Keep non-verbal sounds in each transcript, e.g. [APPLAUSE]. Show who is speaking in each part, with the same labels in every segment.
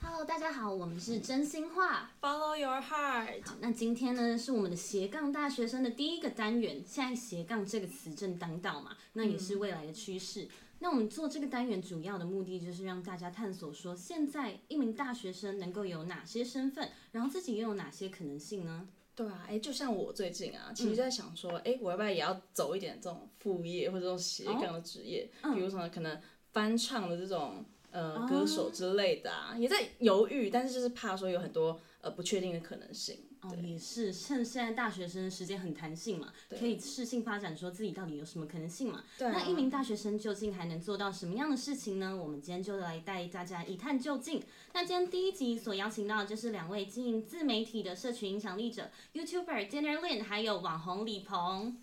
Speaker 1: Hello，大家好，我们是真心话。
Speaker 2: Follow your heart。
Speaker 1: 好，那今天呢是我们的斜杠大学生的第一个单元。现在斜杠这个词正当道嘛，那也是未来的趋势。那我们做这个单元主要的目的就是让大家探索说，现在一名大学生能够有哪些身份，然后自己又有哪些可能性呢？
Speaker 2: 对啊，哎，就像我最近啊，其实在想说，哎、我要不要也要走一点这种副业或者这种斜杠的职业，比如说可能翻唱的这种呃、
Speaker 1: 哦
Speaker 2: 歌手之类的啊，也在犹豫，但是就是怕说有很多呃不确定的可能性。
Speaker 1: 哦，也是，趁现在大学生的时间很弹性嘛，可以适性发展，说自己到底有什么可能性嘛。
Speaker 2: 对啊
Speaker 1: 那一名大学生究竟还能做到什么样的事情呢？我们今天就来带大家一探究竟。那今天第一集所邀请到的就是两位经营自媒体的社群影响力者 YouTuber Dinner Lin，还有网红李鹏。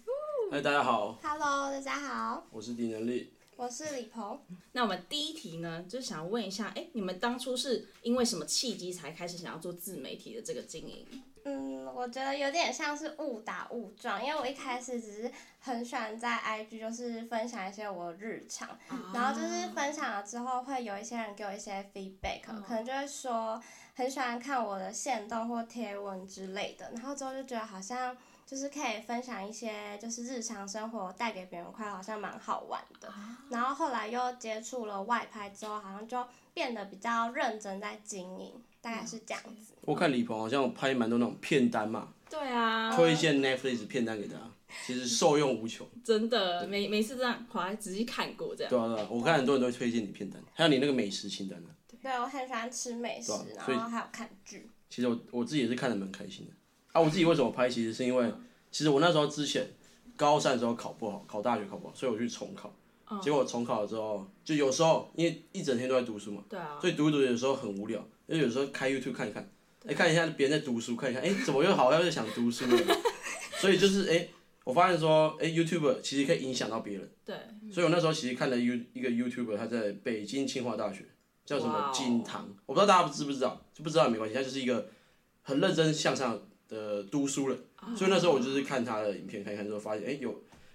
Speaker 3: 嗨，大家好，
Speaker 4: Hello，大家好，
Speaker 3: 我是丁能力。
Speaker 4: 我是李鹏。
Speaker 2: 那我们第一题呢，就是想问一下，哎、你们当初是因为什么契机才开始想要做自媒体的这个经营？
Speaker 4: 嗯，我觉得有点像是误打误撞，因为我一开始只是很喜欢在 IG 就是分享一些我日常，然后就是分享了之后会有一些人给我一些 feedback，、可能就会说很喜欢看我的线动或贴文之类的，然后之后就觉得好像。就是可以分享一些就是日常生活带给别人快乐，好像蛮好玩的。然后后来又接触了外拍之后，好像就变得比较认真在经营，大概是这样子。
Speaker 3: 我看李鹏好像有拍蛮多那种片单嘛，
Speaker 2: 对啊，
Speaker 3: 推荐 Netflix 片单给大家，其实受用无穷。
Speaker 2: 真的每每次这样划仔细看过这样
Speaker 3: 对。啊，对啊，我看很多人都会推荐你片单，还有你那个美食清单呢、
Speaker 4: 对，我很喜欢吃美食，
Speaker 3: 对啊所以
Speaker 4: 然后还有看剧。
Speaker 3: 其实我我自己也是看得蛮开心的。啊，我自己为什么拍，其实是因为，其实我那时候之前高三的时候考不好，考大学考不好，所以我去重考。
Speaker 2: 嗯
Speaker 3: 结果重考了之后，就有时候因为一整天都在读书嘛，
Speaker 2: 对啊，
Speaker 3: 所以读一读有时候很无聊，因为有时候开 YouTube 看一看，哎、看一下别人在读书，看一下，哎、怎么又好像在想读书了？ [LAUGHS] 所以就是哎、我发现说，哎、y o u t u b e 其实可以影响到别人，
Speaker 2: 对，
Speaker 3: 所以我那时候其实看了 You 一个 YouTuber，他在北京清华大学，叫什
Speaker 2: 哇
Speaker 3: 么
Speaker 2: 哦
Speaker 3: 金堂我不知道大家知不知道，就不知道也没关系，他就是一个很认真向上的读书人，
Speaker 2: 啊
Speaker 3: 所以那时候我就是看他的影片，看一看之后发现，哎、有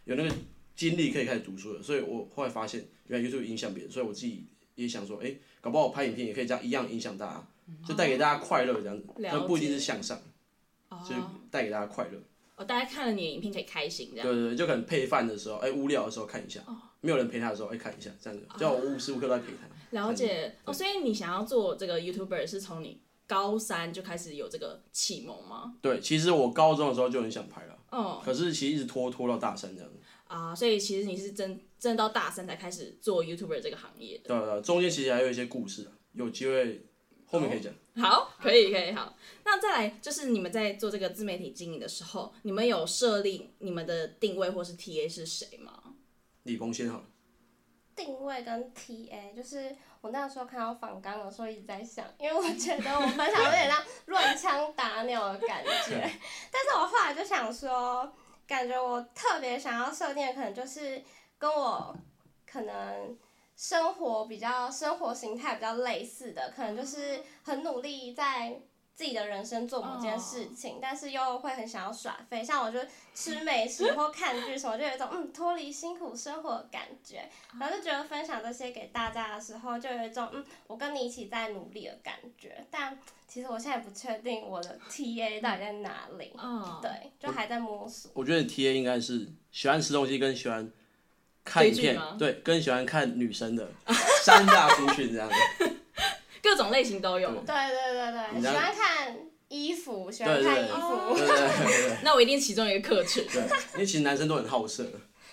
Speaker 3: 有那个精力可以开始读书了，所以我后来发现，原来 YouTube 影响别人，所以我自己也想说，哎、搞不好我拍影片也可以这样一样影响大家，就带给大家快乐这样子，
Speaker 2: 了
Speaker 3: 但不一定
Speaker 2: 解
Speaker 3: 是向上，就带给大家快乐。
Speaker 2: 哦，大家看了你的影片可以开心这样。哦
Speaker 3: 对对，对就可能配饭的时候，哎、无聊的时候看一下，没有人陪他的时候，哎、看一下，这样子，就我无时无刻都在陪他。
Speaker 2: 了解哦，所以你想要做这个 YouTuber 是从你高三就开始有这个启蒙吗？
Speaker 3: 对，其实我高中的时候就很想拍了，
Speaker 2: 嗯
Speaker 3: 可是其实一直拖拖到大三这样子。
Speaker 2: 啊，所以其实你是真真到大三才开始做 YouTuber 这个行业的。
Speaker 3: 对对对，中间其实还有一些故事啊，有机会后面可以
Speaker 2: 哦
Speaker 3: 讲。
Speaker 2: 好，可以可以好。那再来就是你们在做这个自媒体经营的时候，你们有设立你们的定位或是 TA 是谁吗？
Speaker 3: 李鹏先好了，
Speaker 4: 定位跟 TA，就是我那时候看到仿纲的时候一直在想，因为我觉得我分享有点像乱枪打鸟的感觉， [LAUGHS] 但是我后来就想说，感觉我特别想要设定的可能就是跟我可能生活比较生活形态比较类似的，可能就是很努力在。自己的人生做某件事情但是又会很想要耍废，像我就吃美食或看剧什么，就有一种嗯脱离辛苦生活的感觉。然后就觉得分享这些给大家的时候，就有一种嗯，我跟你一起在努力的感觉。但其实我现在不确定我的 TA 到底在哪里，
Speaker 2: 嗯，
Speaker 4: 对，就还在摸索。
Speaker 3: 我觉得你 T A 应该是喜欢吃东西跟喜欢看影
Speaker 2: 追剧
Speaker 3: 片
Speaker 2: 吗，
Speaker 3: 对，跟喜欢看女生的三大族群这样子。
Speaker 2: [LAUGHS] 各种类型都有。
Speaker 4: 对对对对，
Speaker 3: 你
Speaker 4: 喜
Speaker 3: 知道
Speaker 4: 欢看衣服，喜欢
Speaker 3: 对对
Speaker 4: 看衣
Speaker 3: 对
Speaker 4: 服
Speaker 3: 对，对对对
Speaker 2: 那我一定其中一个客群。
Speaker 3: 对，因为其实男生都很好色，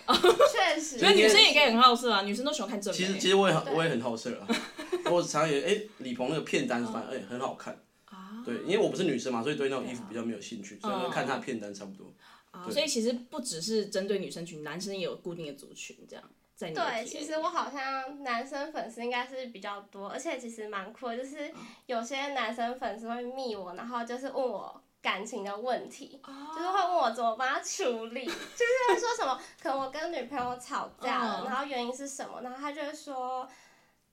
Speaker 4: 确实。
Speaker 2: 所以女生也可以很好色啊，女生都喜欢看正美。
Speaker 3: 其实其实我也很
Speaker 4: 对
Speaker 3: 我也很好色啊，我常也哎、李鹏那个片单反而也很好看。对，因为我不是女生嘛，所以对那种衣服比较没有兴趣，所以就看他的片单差不多。
Speaker 2: 啊所以其实不只是针对女生群，男生也有固定的族群这样。在你的
Speaker 4: 对，
Speaker 2: 体
Speaker 4: 其
Speaker 2: 验
Speaker 4: 实我好像男生粉丝应该是比较多，而且其实蛮酷的，就是
Speaker 2: 嗯
Speaker 4: 有些男生粉丝会密我，然后就是问我感情的问题，
Speaker 2: 哦
Speaker 4: 就是会问我怎么帮他
Speaker 2: [LAUGHS]
Speaker 4: 处理，就是会说什么，可能我跟女朋友吵架了，
Speaker 2: 嗯
Speaker 4: 然后原因是什么，然后他就会说。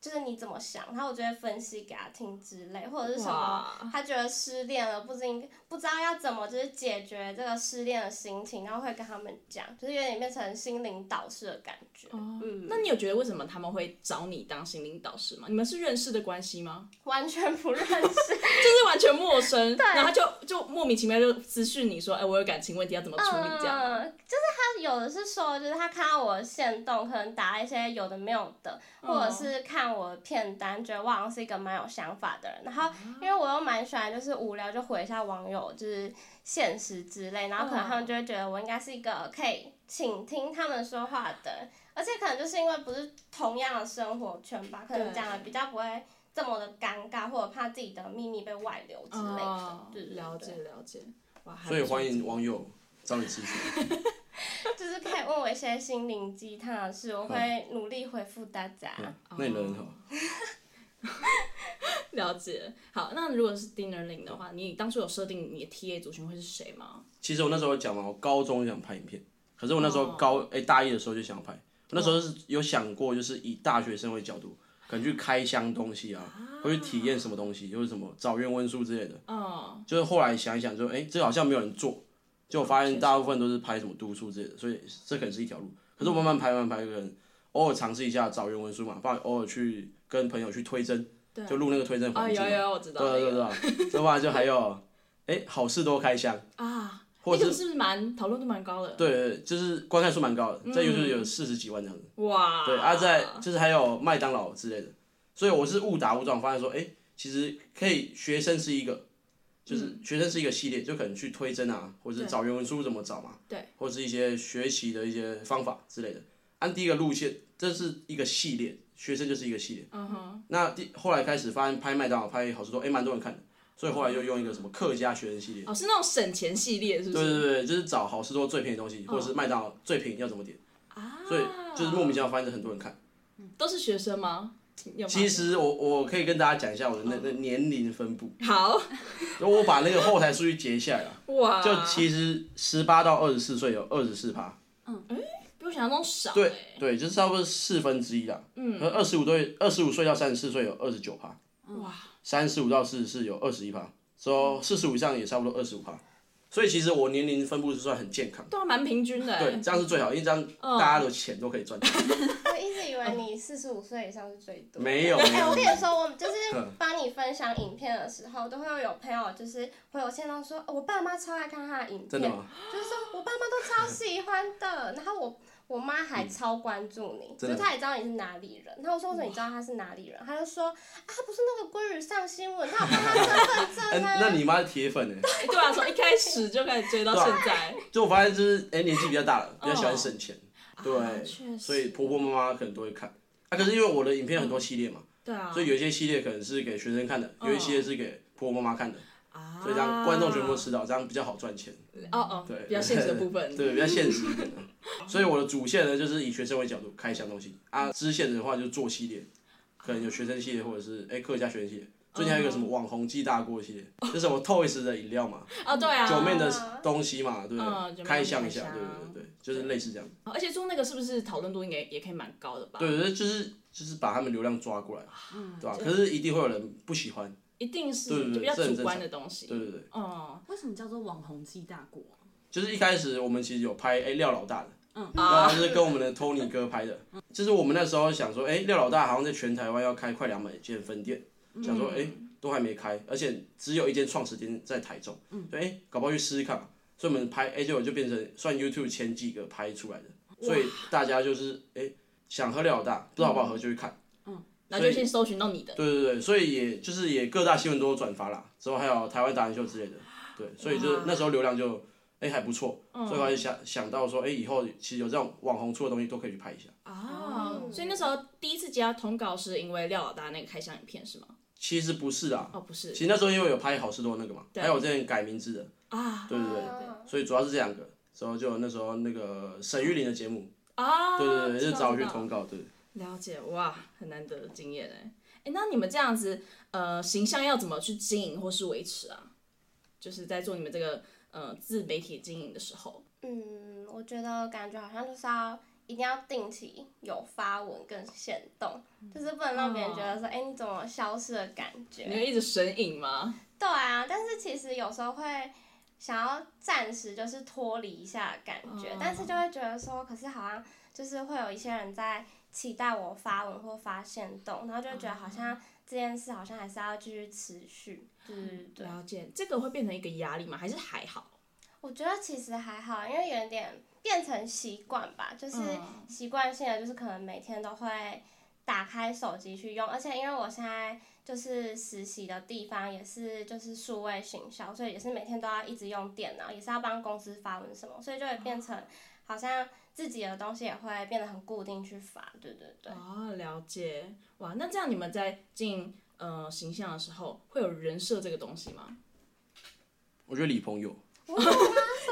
Speaker 4: 就是你怎么想，然后我就会分析给他听之类，或者是什么他觉得失恋了，不知应不知道要怎么就是解决这个失恋的心情，然后会跟他们讲，就是有点变成心灵导师的感觉。
Speaker 2: 哦
Speaker 1: 嗯
Speaker 2: 那你有觉得为什么他们会找你当心灵导师吗？你们是认识的关系吗？ [LAUGHS]
Speaker 4: 完全不认识，
Speaker 2: 就是完全陌生，
Speaker 4: 对
Speaker 2: 然后他就就莫名其妙就私讯你说，哎、我有感情问题要怎么处理这样。
Speaker 4: 嗯，就是他有的是说，就是他看到我的线动，可能打一些有的没有的，或
Speaker 2: 嗯
Speaker 4: 者是看我的片单，觉得我好像是一个蛮有想法的人。然
Speaker 2: 啊
Speaker 4: 后因为我又蛮喜欢，就是无聊就回一下网友，就是现实之类，然后可能
Speaker 2: 嗯
Speaker 4: 他们就会觉得我应该是一个可以倾听他们说话的人，而且可能就是因为不是同样的生活圈吧，可能
Speaker 2: 对
Speaker 4: 讲的比较不会这么的尴尬，或者怕自己的秘密被外流之嗯类的。
Speaker 2: 哦
Speaker 4: 对对对
Speaker 2: 了解了解，哇，还不
Speaker 3: 所以
Speaker 2: 错
Speaker 3: 欢迎网友找你咨询。
Speaker 4: 就是可以问我一些心灵鸡汤的事，我会努力回复大家。
Speaker 3: 嗯那你人很好，
Speaker 2: 了解。好，那如果是 Dinner Link 的话，你当初有设定你的 TA 族群会是谁吗？
Speaker 3: 其实我那时候有讲嘛，我高中就想拍影片，可是我那时候高哎、诶大一的时候就想拍，我那时候是有想过，就是以大学生为角度，可能去开箱东西啊，会去体验什么东西，就是什么找原文书之类的。
Speaker 2: 嗯，
Speaker 3: 就是后来想一想就，哎，这好像没有人做，就我发
Speaker 2: 嗯
Speaker 3: 现大部分都是拍什么督促之类的，所以这可能是一条路。可是我慢慢拍，慢慢拍，可能偶尔尝试一下找原文书嘛，不然偶尔去跟朋友去推甄，
Speaker 2: 对啊
Speaker 3: 就录那个推甄
Speaker 2: 啊，
Speaker 3: 环节
Speaker 2: 有
Speaker 3: 嘛。
Speaker 2: 有有，我知道
Speaker 3: 对啊
Speaker 2: 那
Speaker 3: 对
Speaker 2: 个
Speaker 3: 对对，要不然就还有，哎，好事多开箱，
Speaker 2: 啊，
Speaker 3: 或
Speaker 2: 那
Speaker 3: 者
Speaker 2: 个
Speaker 3: 是
Speaker 2: 是不是蛮讨论度蛮高的？
Speaker 3: 对对，对就是观看数蛮高
Speaker 2: 嗯
Speaker 3: 的，在 YouTube 有四十几万这样子。
Speaker 2: 哇，
Speaker 3: 对，啊，在就是还有麦当劳之类的，所以我是误打误撞发现说，哎、其实可以学生是一个，就是学生是一个系列，就可能去推甄啊，或
Speaker 2: 嗯
Speaker 3: 者
Speaker 2: 对
Speaker 3: 找原文书怎么找嘛，
Speaker 2: 对，
Speaker 3: 或者是一些学习的一些方法之类的，按第一个路线，这是一个系列，学生就是一个系列。
Speaker 2: 嗯哼，
Speaker 3: 那第后来开始发现拍麦当劳拍好吃多，哎、蛮多人看的，所以后来又用一个什么客家学生系列。
Speaker 2: 哦，是那种省钱系列，嗯是不
Speaker 3: 对
Speaker 2: 是？嗯
Speaker 3: 对对，就是找好吃多最便宜的东西，或者是麦当劳最便宜要怎么点，
Speaker 2: 啊，
Speaker 3: 所以就是莫名其妙发现很多人看。
Speaker 2: 都是学生吗？有吗
Speaker 3: 其实我我可以跟大家讲一下我的那那年龄分布，
Speaker 2: 好
Speaker 3: 我把那个后台数据截下来了，
Speaker 2: 哇，
Speaker 3: 就其实十八到二十四岁有二十四趴，
Speaker 2: 比我想象中少
Speaker 3: 对
Speaker 2: 欸
Speaker 3: 对，就是差不多四分之一啦。嗯，和二十五岁二十五岁到三十四岁有二十九趴，
Speaker 2: 哇，
Speaker 3: 三十五到四十四有二十一趴，说四十五以上也差不多二十五趴，所以其实我年龄分布是算很健康，
Speaker 2: 对啊，蛮平均的欸。
Speaker 3: 对，这样是最好，因为这样大家的钱都可以赚。
Speaker 4: 我一直以为你四十五岁以上是最多。
Speaker 3: 没嗯有
Speaker 4: 哎、我跟你说，我就是帮你分享影片的时候，都会有朋友就是会有线上说，哦我爸妈超爱看他的影片，
Speaker 3: 真的吗？
Speaker 4: 就是说我爸妈都超喜欢的，然后我我妈还超关注你，就
Speaker 3: 嗯真的
Speaker 4: 是她也知道你是哪里人。她就说为什么你知道他是哪里人？她就说啊，不是那个鲑鱼上新闻，她有看他身份
Speaker 3: 哎
Speaker 4: 证啊。
Speaker 3: 那你妈是铁粉欸呢？
Speaker 2: 对啊，从一开始就开始追到现在，
Speaker 3: 就我发现就是哎年纪比较大了，比较喜欢省钱。
Speaker 2: 哦啊
Speaker 3: 对，
Speaker 2: 确实
Speaker 3: 所以婆婆妈妈可能都会看。啊，可是因为我的影片很多系列嘛，
Speaker 2: 对啊，嗯
Speaker 3: 所以有一些系列可能是给学生看的，有一些是给婆婆妈妈看的，
Speaker 2: 啊，
Speaker 3: 所以这样观众全部都知道，这样比较好赚钱，
Speaker 2: 哦哦，
Speaker 3: 对
Speaker 2: 比较现实的部分，
Speaker 3: [LAUGHS] 对，比较现实一点的。所以我的主线呢，就是以学生为角度开箱东西
Speaker 2: 嗯
Speaker 3: 啊，支线的话就做系列，可能有学生系列或者是哎客家学生系列。最近还有一个什么网红鸡大锅系列，就是我 Toys 的饮料嘛，
Speaker 2: 哦对啊，
Speaker 3: 九妹的东西嘛，对不
Speaker 2: 嗯九妹
Speaker 3: 对？
Speaker 2: 的
Speaker 3: 开箱一
Speaker 2: 开
Speaker 3: 下，
Speaker 2: 箱
Speaker 3: 对对对对，就是类似这样。
Speaker 2: 哦而且做那个是不是讨论度应该也可以蛮高的吧？
Speaker 3: 对，对，就是就是把他们流量抓过来，
Speaker 2: 嗯
Speaker 3: 对吧？可是一定会有人不喜欢，
Speaker 2: 一定是
Speaker 3: 对对对
Speaker 2: 就比较
Speaker 3: 这很
Speaker 2: 主观的东西。
Speaker 3: 对对对，
Speaker 2: 哦
Speaker 1: 为什么叫做网红鸡大锅啊？
Speaker 3: 就是一开始我们其实有拍哎、廖老大的，然
Speaker 2: 啊
Speaker 3: 后，就是跟我们的 Tony 哥拍的，就是我们那时候想说，哎、廖老大好像在全台湾要开快两百间分店，想说哎、都还没开，而且只有一间创始店在台中，对，哎、搞不好去试试看嘛。所以我们拍哎、结果就变成算 YouTube 前几个拍出来的，所以大家就是哎、想喝廖老大，不知道好不好喝就去看。
Speaker 2: 然后就先搜寻到你的，
Speaker 3: 对对对，所以也就是也各大新闻都有转发啦，之后还有台湾达人秀之类的，对，所以就那时候流量就哎、还不错，
Speaker 2: 嗯
Speaker 3: 所以我还想想到说，哎、以后其实有这种网红出的东西都可以去拍一下。
Speaker 2: 啊，
Speaker 4: 嗯
Speaker 2: 所以那时候第一次接到通告是因为廖老大那个开箱影片是吗？
Speaker 3: 其实不是啊，
Speaker 2: 哦，不是
Speaker 3: 其实那时候因为有拍好事多那个嘛，
Speaker 2: 对
Speaker 3: 还有我之前改名字的，
Speaker 2: 啊
Speaker 3: 对对对，
Speaker 4: 啊
Speaker 3: 所以主要是这两个。之后就那时候那个沈玉琳的节目，
Speaker 2: 啊，
Speaker 3: 对对对，
Speaker 2: 知
Speaker 3: 就
Speaker 2: 道
Speaker 3: 找我
Speaker 2: 知
Speaker 3: 去
Speaker 2: 道
Speaker 3: 通告，对。
Speaker 2: 了解哇，很难得的经验哎。哎，那你们这样子，呃，形象要怎么去经营或是维持啊？就是在做你们这个呃自媒体经营的时候，
Speaker 4: 嗯，我觉得感觉好像就是要一定要定期有发文跟行动，
Speaker 2: 嗯
Speaker 4: 就是不能让别人觉得说，哎、你怎么消失的感觉？
Speaker 2: 哦你会一直神隐吗？
Speaker 4: 对啊，但是其实有时候会想要暂时就是脱离一下的感觉，
Speaker 2: 嗯
Speaker 4: 但是就会觉得说，可是好像就是会有一些人在期待我发文或发现动，然后就会觉得好
Speaker 2: 哦
Speaker 4: 像这件事好像还是要继续持续，对对对。
Speaker 2: 了解，这个会变成一个压力吗？还是还好？
Speaker 4: 我觉得其实还好，因为有点变成习惯吧，就是
Speaker 2: 嗯
Speaker 4: 习惯性的，就是可能每天都会打开手机去用，而且因为我现在就是实习的地方也是就是数位行销，所以也是每天都要一直用电脑，也是要帮公司发文什么，所以就会变成好像自己的东西也会变得很固定去发，对对对。
Speaker 2: 哦，了解。哇，那这样你们在进呃形象的时候，会有人设这个东西吗？
Speaker 3: 我觉得李鹏有，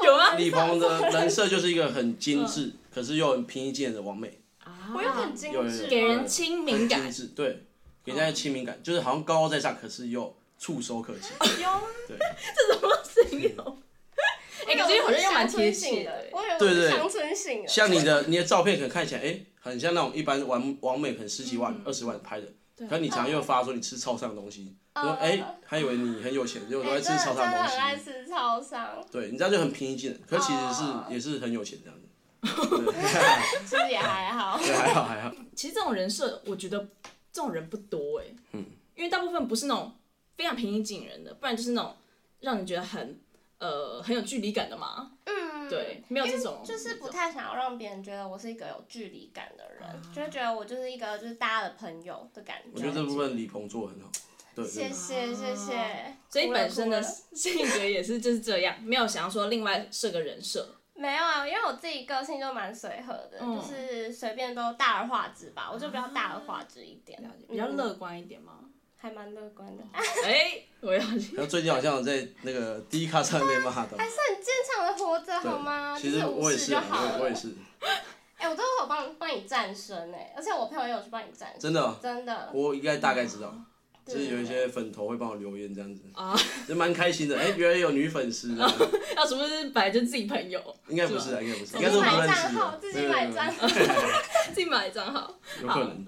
Speaker 2: 有啊，
Speaker 3: 李鹏的人设就是一个很精
Speaker 2: 嗯
Speaker 3: 致，可是又很平易近人的完美，
Speaker 2: 啊
Speaker 4: 我又很
Speaker 3: 嗯
Speaker 4: 精
Speaker 3: 有有
Speaker 4: 致，
Speaker 3: 有
Speaker 2: 给人亲民 [LAUGHS]
Speaker 3: 精
Speaker 2: 感，
Speaker 3: 致对，给人家亲民
Speaker 4: 哦
Speaker 3: 感，就是好像高高在上，可是又触手可
Speaker 4: [LAUGHS]
Speaker 3: 及。
Speaker 4: 有吗？
Speaker 2: 这怎么形 [LAUGHS] 容？哎，感觉好像又蛮贴切
Speaker 4: 的
Speaker 2: 的，。欸
Speaker 4: 我以为我
Speaker 3: 对
Speaker 4: 是
Speaker 3: 对
Speaker 4: 乡村型的，
Speaker 3: 像你的你的照片可能看起来，哎、很像那种一般完完美，可能十几万、二十、万拍的，可是你常常又发说你吃超商的东西，
Speaker 4: 嗯
Speaker 3: 说哎、
Speaker 4: 嗯嗯
Speaker 3: 还以为你很有钱，结果都
Speaker 4: 哎
Speaker 3: 在
Speaker 4: 真
Speaker 3: 吃
Speaker 4: 的
Speaker 3: 超商
Speaker 4: 真
Speaker 3: 的
Speaker 4: 的
Speaker 3: 东
Speaker 4: 很爱
Speaker 3: 西。
Speaker 4: 吃超商，
Speaker 3: 对，你这样就很平易近人，可是其实是、
Speaker 4: 哦
Speaker 3: 也是很有钱这
Speaker 4: [LAUGHS]
Speaker 3: 样子。对， [LAUGHS]
Speaker 4: 是不是也还好？
Speaker 3: 对还好还好。
Speaker 2: 其实这种人设，我觉得这种人不多哎、
Speaker 3: 嗯，
Speaker 2: 因为大部分不是那种非常平易近人的，不然就是那种让你觉得很呃很有距离感的嘛。
Speaker 3: 啊
Speaker 4: 嗯，
Speaker 2: 对，没有这种，
Speaker 4: 就是不太想要让别人觉得我是一个有距离感的人，就会觉得我就是一个就是大家的朋友的感觉。
Speaker 3: 我觉得这部分李鹏做的很好。对，
Speaker 4: 谢
Speaker 3: 对
Speaker 4: 谢谢谢，
Speaker 2: 所以
Speaker 4: 哭了
Speaker 2: 本身的
Speaker 4: 哭了
Speaker 2: 性格也是就是这样，没有想要说另外设个人设。
Speaker 4: 没有啊，因为我自己个性就蛮随和的，
Speaker 2: 嗯
Speaker 4: 就是随便都大而化之吧，我就比较大而化之一点，
Speaker 2: 了解，比较乐观一点嘛。
Speaker 4: 还蛮乐观的。啊
Speaker 2: 哎、我要去
Speaker 3: 然后最近好像在那个 D 卡上面骂到。
Speaker 4: 正常的活着好吗？
Speaker 3: 对，其
Speaker 4: 就
Speaker 3: 实
Speaker 4: 是无
Speaker 3: 我也
Speaker 4: 视
Speaker 3: 是，啊
Speaker 4: 就好
Speaker 3: 我也我也
Speaker 4: 了。 [LAUGHS]
Speaker 3: 是，
Speaker 4: 哎、我都有帮帮你战身哎、而且我朋友也有去帮你战身，
Speaker 3: 真的哦，
Speaker 4: 真的。
Speaker 3: 我应该大概知道，
Speaker 4: 嗯
Speaker 3: 就
Speaker 4: 对
Speaker 3: 是有一些粉头会帮我留言这样子，
Speaker 2: 啊，
Speaker 4: 哦
Speaker 3: 就蛮开心的。
Speaker 4: [LAUGHS]
Speaker 3: 哎，原来有女粉丝这样子。
Speaker 2: 要是不是本来就自己朋友，
Speaker 3: 应该不是啊，应该不是，应
Speaker 4: 己
Speaker 3: 该是不
Speaker 4: 买
Speaker 3: 认
Speaker 4: 账
Speaker 3: 识
Speaker 4: 号，
Speaker 3: 的，
Speaker 4: 自己买账哦号，
Speaker 2: 自己买一张好。
Speaker 3: 对，对对有可能。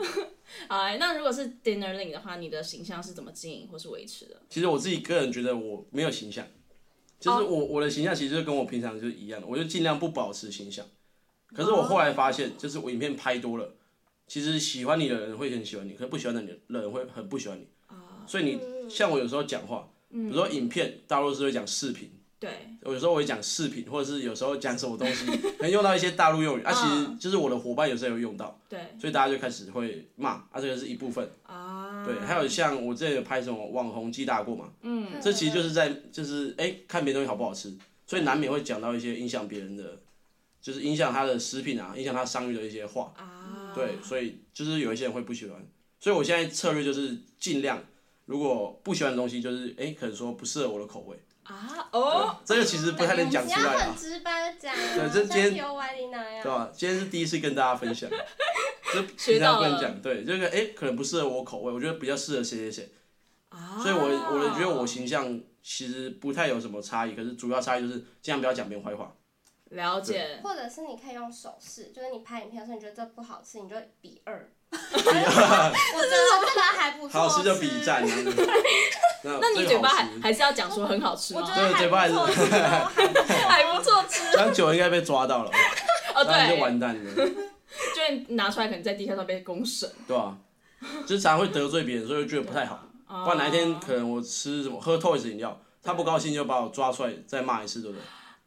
Speaker 2: 好、哎那如果是 dinner link 的话，你的形象是怎么经营或是维持的？
Speaker 3: 其实我自己个人觉得我没有形象，就是
Speaker 2: 哦
Speaker 3: 我我的形象其实就跟我平常就是一样的，我就尽量不保持形象。可
Speaker 4: 哦
Speaker 3: 是我后来发现，就是我影片拍多了，其实喜欢你的人会很喜欢你，可是不喜欢的人人会很不喜欢你。
Speaker 4: 哦
Speaker 3: 所以
Speaker 4: 嗯
Speaker 3: 你像我有时候讲话，比如说影片，大陆是会讲视频，
Speaker 2: 对，
Speaker 3: 有时候我会讲视频，或者是有时候讲什么东西，可能用到一些大陆用语啊，其实就是我的伙伴有时候也会用到，
Speaker 2: 对，
Speaker 3: 所以大家就开始会骂啊，这个是一部分。
Speaker 2: 啊，
Speaker 3: 对，还有像我之前有拍什么网红鸡大过嘛，嗯， [LAUGHS] 这其实就是在就是哎、看别的东西好不好吃，所以难免会讲到一些影响别人的，就是影响他的食品啊，影响他商誉的一些话，
Speaker 2: 啊，
Speaker 3: 对，所以就是有一些人会不喜欢，所以我现在策略就是尽量，如果不喜欢的东西就是哎、可能说不适合我的口味，
Speaker 2: 啊，哦，
Speaker 3: 这个其实不太能讲
Speaker 4: 你
Speaker 3: 出
Speaker 4: 要
Speaker 3: 来
Speaker 4: 很
Speaker 3: 啊，
Speaker 4: 直白的讲、啊，
Speaker 3: 对这今天
Speaker 4: 像 U Y 你那样
Speaker 3: 对。啊吧？今天是第一次跟大家分
Speaker 2: [LAUGHS]
Speaker 3: 享，这
Speaker 2: 学
Speaker 3: 平常
Speaker 2: 到
Speaker 3: 不能
Speaker 2: 了
Speaker 3: 讲，对，这个哎、可能不适合我口味，我觉得比较适合谁谁谁。
Speaker 2: 啊，
Speaker 3: 所以我我觉得我形象其实不太有什么差异，可是主要差异就是尽量不要讲别人坏话。
Speaker 2: 哦了解，
Speaker 4: 或者是你可以用手势，就是你拍影片的时候，你觉得这不好吃，你就比二。我觉得这个还不错，
Speaker 3: 好吃就比赞，然
Speaker 2: [LAUGHS]
Speaker 3: 后就那
Speaker 2: 那你嘴巴还
Speaker 3: 这个好
Speaker 2: 还是要讲说很好吃
Speaker 4: 我
Speaker 2: 吗
Speaker 4: 觉？
Speaker 3: 对啊嘴
Speaker 4: 得
Speaker 3: 巴
Speaker 4: 还
Speaker 3: 还
Speaker 4: 不
Speaker 3: 是
Speaker 4: 错，这个还不
Speaker 2: 对
Speaker 4: 错
Speaker 2: 还不错吃
Speaker 3: 吃，讲久了应该被抓到了，
Speaker 2: [LAUGHS] 哦，
Speaker 3: 那你就
Speaker 2: 对，
Speaker 3: 完蛋了，
Speaker 2: 就会拿出来可能在地下上被公审，
Speaker 3: 对吧、就是常常会得罪别人，所以我觉得不太好。
Speaker 2: 不
Speaker 3: 不然哪一天可能我吃什么喝 Toys 饮料，他不高兴就把我抓出来再骂一次，对不对？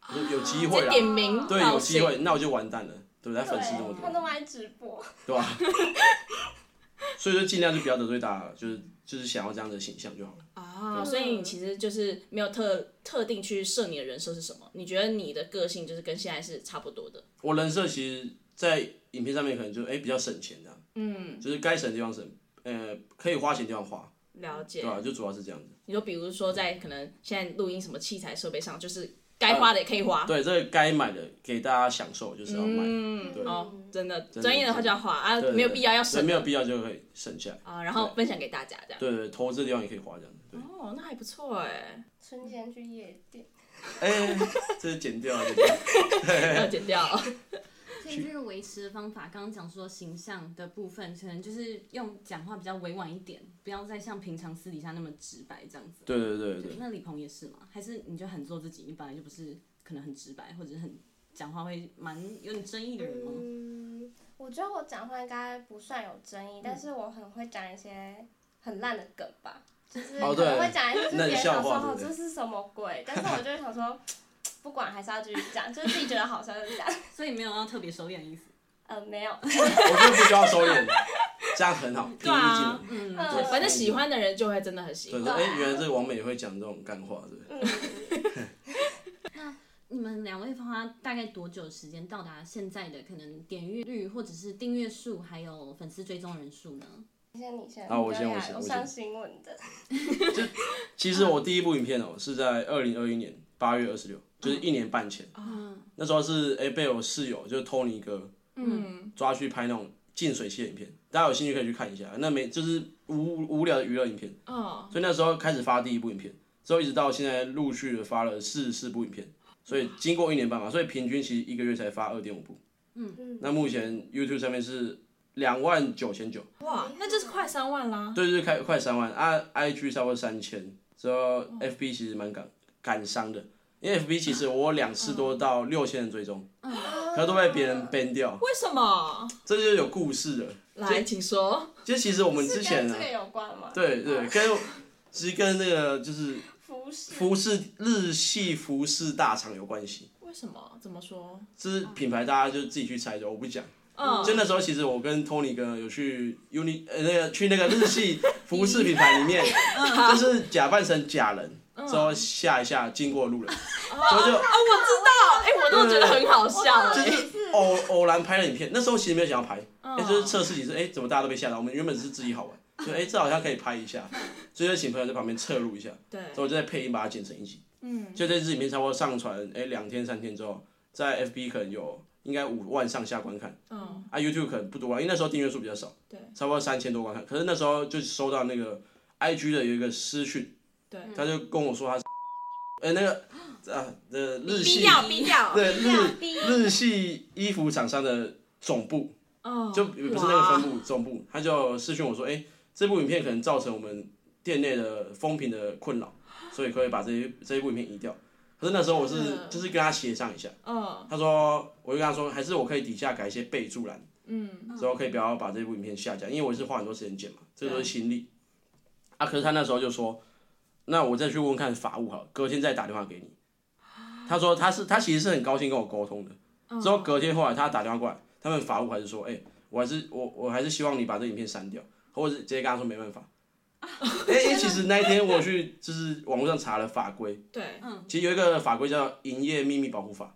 Speaker 3: 我说有机会
Speaker 2: 再哦
Speaker 3: 啦
Speaker 2: 点，名，
Speaker 3: 对，有机会，那我就完蛋了，对不对？他粉丝这么
Speaker 2: 啊
Speaker 4: 对，他
Speaker 3: 多，
Speaker 4: 都爱直播，
Speaker 3: 对吧、 [LAUGHS] 所以就尽量就不要得罪大家了，就是就是想要这样的形象就好了。
Speaker 2: 啊，所以你其实就是没有特特定去设你的人设是什么，你觉得你的个性就是跟现在是差不多的，
Speaker 3: 我人设其实，在影片上面可能就哎、比较省钱这样，嗯，就是该省的地方省，呃，可以花钱的地方花，
Speaker 2: 了解
Speaker 3: 对。啊吧、就主要是这样子。
Speaker 2: 你说比如说在可能现在录音什么器材设备上，就是该花的也可以花，
Speaker 3: 对，这个该买的给大家享受就是要买，
Speaker 2: 嗯，
Speaker 3: 对
Speaker 2: 哦，真的，
Speaker 3: 的
Speaker 2: 专业的话就要花啊，
Speaker 3: 对对
Speaker 2: 没有必要要
Speaker 3: 所以
Speaker 2: 省
Speaker 3: 没有必要就可以省下来。
Speaker 2: 啊，然后分享给大家这样。
Speaker 3: 对对，投资的地方也可以花这样子。
Speaker 2: [LAUGHS]
Speaker 3: 对，
Speaker 2: 哦，那还不错哎，
Speaker 4: 春天去夜店，
Speaker 3: 哎、这是剪掉了，剪掉了
Speaker 2: 要剪掉。
Speaker 1: 所以这个维持的方法，刚刚讲说形象的部分，可能就是用讲话比较委婉一点，不要再像平常私底下那么直白这样子。
Speaker 3: 对对对对，
Speaker 1: 那李鹏也是吗？还是你就很做自己？你本来就不是可能很直白，或者是很讲话会蛮有点争议的人吗？
Speaker 4: 嗯，我觉得我讲话应该不算有争
Speaker 3: 嗯
Speaker 4: 议，但是我很会讲一些很烂的梗吧，就是
Speaker 3: 哦
Speaker 4: 可
Speaker 3: 对
Speaker 4: 能会讲一些，就是别人想说
Speaker 3: 冷笑话
Speaker 4: 哦
Speaker 3: 对
Speaker 4: 这是什么鬼，但是我就会想说，不管还是要继续讲，就是自己觉得好笑就讲。
Speaker 1: 所以没有要特别收敛的意思。
Speaker 4: 呃，没有，
Speaker 2: 嗯
Speaker 3: [LAUGHS] 我觉得不需要收敛，这样很好，平易近人。
Speaker 1: 嗯，啊
Speaker 4: 呃
Speaker 3: 对
Speaker 2: 反正喜欢的人就会真的很喜
Speaker 3: 对，
Speaker 2: 欢。
Speaker 3: 说哎，原来这个王美也会讲这种干话，对不对？
Speaker 4: 嗯，
Speaker 1: 你们两位花大概多久时间到达现在的可能点阅率，或者是订阅数，还有粉丝追踪人数呢？
Speaker 4: 先你先，
Speaker 3: 啊我
Speaker 4: 你不
Speaker 3: 先我
Speaker 4: 要压
Speaker 3: 先
Speaker 4: 我
Speaker 3: 我先
Speaker 4: 上新闻的，
Speaker 3: 其实我第一部影片哦、是在二零二一年八月二十六，就是一年半前。
Speaker 1: 嗯
Speaker 3: 那时候是哎、被我室友就是托尼哥
Speaker 1: 嗯，
Speaker 3: 抓去拍那种净水器的影片，大家有兴趣可以去看一下。那没就是无无聊的娱乐影片，
Speaker 2: 哦，
Speaker 3: 所以那时候开始发第一部影片，之后一直到现在陆续的发了四十四部影片，所以经过一年半嘛，所以平均其实一个月才发二点五部。
Speaker 4: 嗯，
Speaker 3: 那目前 YouTube 上面是两万九千九，
Speaker 2: 哇，那就是快三万啦。
Speaker 3: 对，就是开快三万啊，IG 差不多三千，之后
Speaker 4: 哦
Speaker 3: FB 其实蛮感感伤的，因为 FB 其实
Speaker 4: 啊
Speaker 3: 我两次多到六千人追踪，
Speaker 4: 嗯
Speaker 3: 可是都被别人 ban 掉，
Speaker 2: 为什么？
Speaker 3: 这就是有故事的。
Speaker 2: 来，请说。
Speaker 3: 就其实我们
Speaker 4: 是
Speaker 3: 之
Speaker 4: 跟
Speaker 3: 前
Speaker 4: 这
Speaker 3: 啊
Speaker 4: 个，有关吗？
Speaker 3: 对对，跟其实跟那个就是
Speaker 4: 服饰，
Speaker 3: 服饰日系服饰大厂有关系，
Speaker 2: 为什么？怎么说？
Speaker 3: 这是品牌大家就自己去猜的，我不讲。
Speaker 2: 嗯，
Speaker 3: 就那时候，其实我跟 Tony 哥有去 Uni 呃那个去那个日系服饰品牌里面， [LAUGHS] 就是假扮成假人，之后吓一吓经过的路人，之后
Speaker 2: 啊，我知
Speaker 3: 就
Speaker 2: 道，哎、我都觉得很好笑、
Speaker 3: 就
Speaker 2: 哎，
Speaker 3: 是偶偶然拍了影片。那时候其实没有想要拍，
Speaker 2: 嗯
Speaker 3: 哎，就是测试几次，哎，怎么大家都被吓到？我们原本是自己好玩，就哎这好像可以拍一下，所以就请朋友在旁边侧录一下，之
Speaker 2: 对，
Speaker 3: 后就在配音把它剪成一集。
Speaker 2: 嗯，
Speaker 3: 就这支影片差不多上传，哎，两天三天之后，在 FB 可能有应该五万上下观看。
Speaker 2: 嗯，
Speaker 3: 啊，YouTube 可能不多啊，因为那时候订阅数比较少，
Speaker 2: 对，
Speaker 3: 差不多三千多观看。可是那时候就收到那个 IG 的有一个私讯，
Speaker 2: 对，
Speaker 3: 他就跟我说他是，呃、那个啊呃日系
Speaker 2: 逼掉
Speaker 3: 对日
Speaker 4: 逼
Speaker 3: 日系衣服厂商的总部，
Speaker 2: 嗯，
Speaker 3: 就不是那个分部总部，他就私讯我说，哎、这部影片可能造成我们店内的风评的困扰，所以可以把这一这一部影片移掉。可是那时候我是
Speaker 2: 嗯
Speaker 3: 就是跟他协商一下，
Speaker 2: 哇，
Speaker 3: 他说我就跟他说，还是我可以底下改一些备注栏。
Speaker 2: 嗯
Speaker 3: 之后可以不要把这部影片下架，因为我是花很多时间剪嘛，这都是心力。啊，可是他那时候就说，那我再去问问看法务好了，隔天再打电话给你。他说他是他其实是很高兴跟我沟通的，
Speaker 2: 嗯，
Speaker 3: 之后隔天后来他打电话过来，他们法务还是说，哎、我还是我我还是希望你把这影片删掉，或者是直接跟他说没办法。因为因为其实那一天我去就是网络上查了法规，
Speaker 2: 对，
Speaker 1: 嗯
Speaker 3: 其实有一个法规叫《营业秘密保护法》，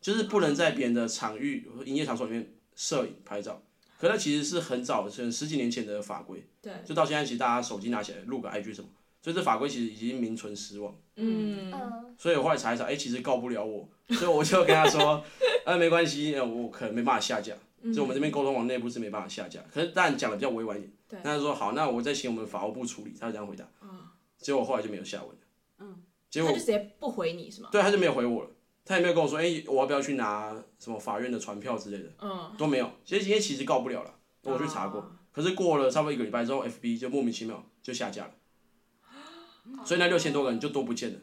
Speaker 3: 就是不能在别人的场域、营业场所里面摄影拍照。可那其实是很早，是十几年前的法规，
Speaker 2: 对，
Speaker 3: 就到现在，其实大家手机拿起来录个 IG 什么，所以这法规其实已经名存实亡。
Speaker 2: 嗯，
Speaker 4: 嗯，
Speaker 3: 所以我后来查一查，哎、其实告不了我，所以我就跟他说， [LAUGHS] 呃，没关系，呃，我可能没办法下架，
Speaker 2: 嗯
Speaker 3: 所以我们这边沟通网内部是没办法下架。可是当然讲的比较委婉一点，
Speaker 2: 对
Speaker 3: 那他说好，那我再请我们法务部处理，他就这样回答。
Speaker 2: 啊
Speaker 3: 结果后来就没有下文了。
Speaker 1: 嗯，
Speaker 3: 结
Speaker 2: 他
Speaker 3: 果
Speaker 2: 就直接不回你是吗？
Speaker 3: 对，他就没有回我了，他也没有跟我说，哎、我要不要去拿什么法院的传票之类的，
Speaker 2: 嗯，
Speaker 3: 都没有。其实因为其实告不了了，我去查过，可是过了差不多一个礼拜之后，FB 就莫名其妙就下架了，所以那六千多个人就都不见了。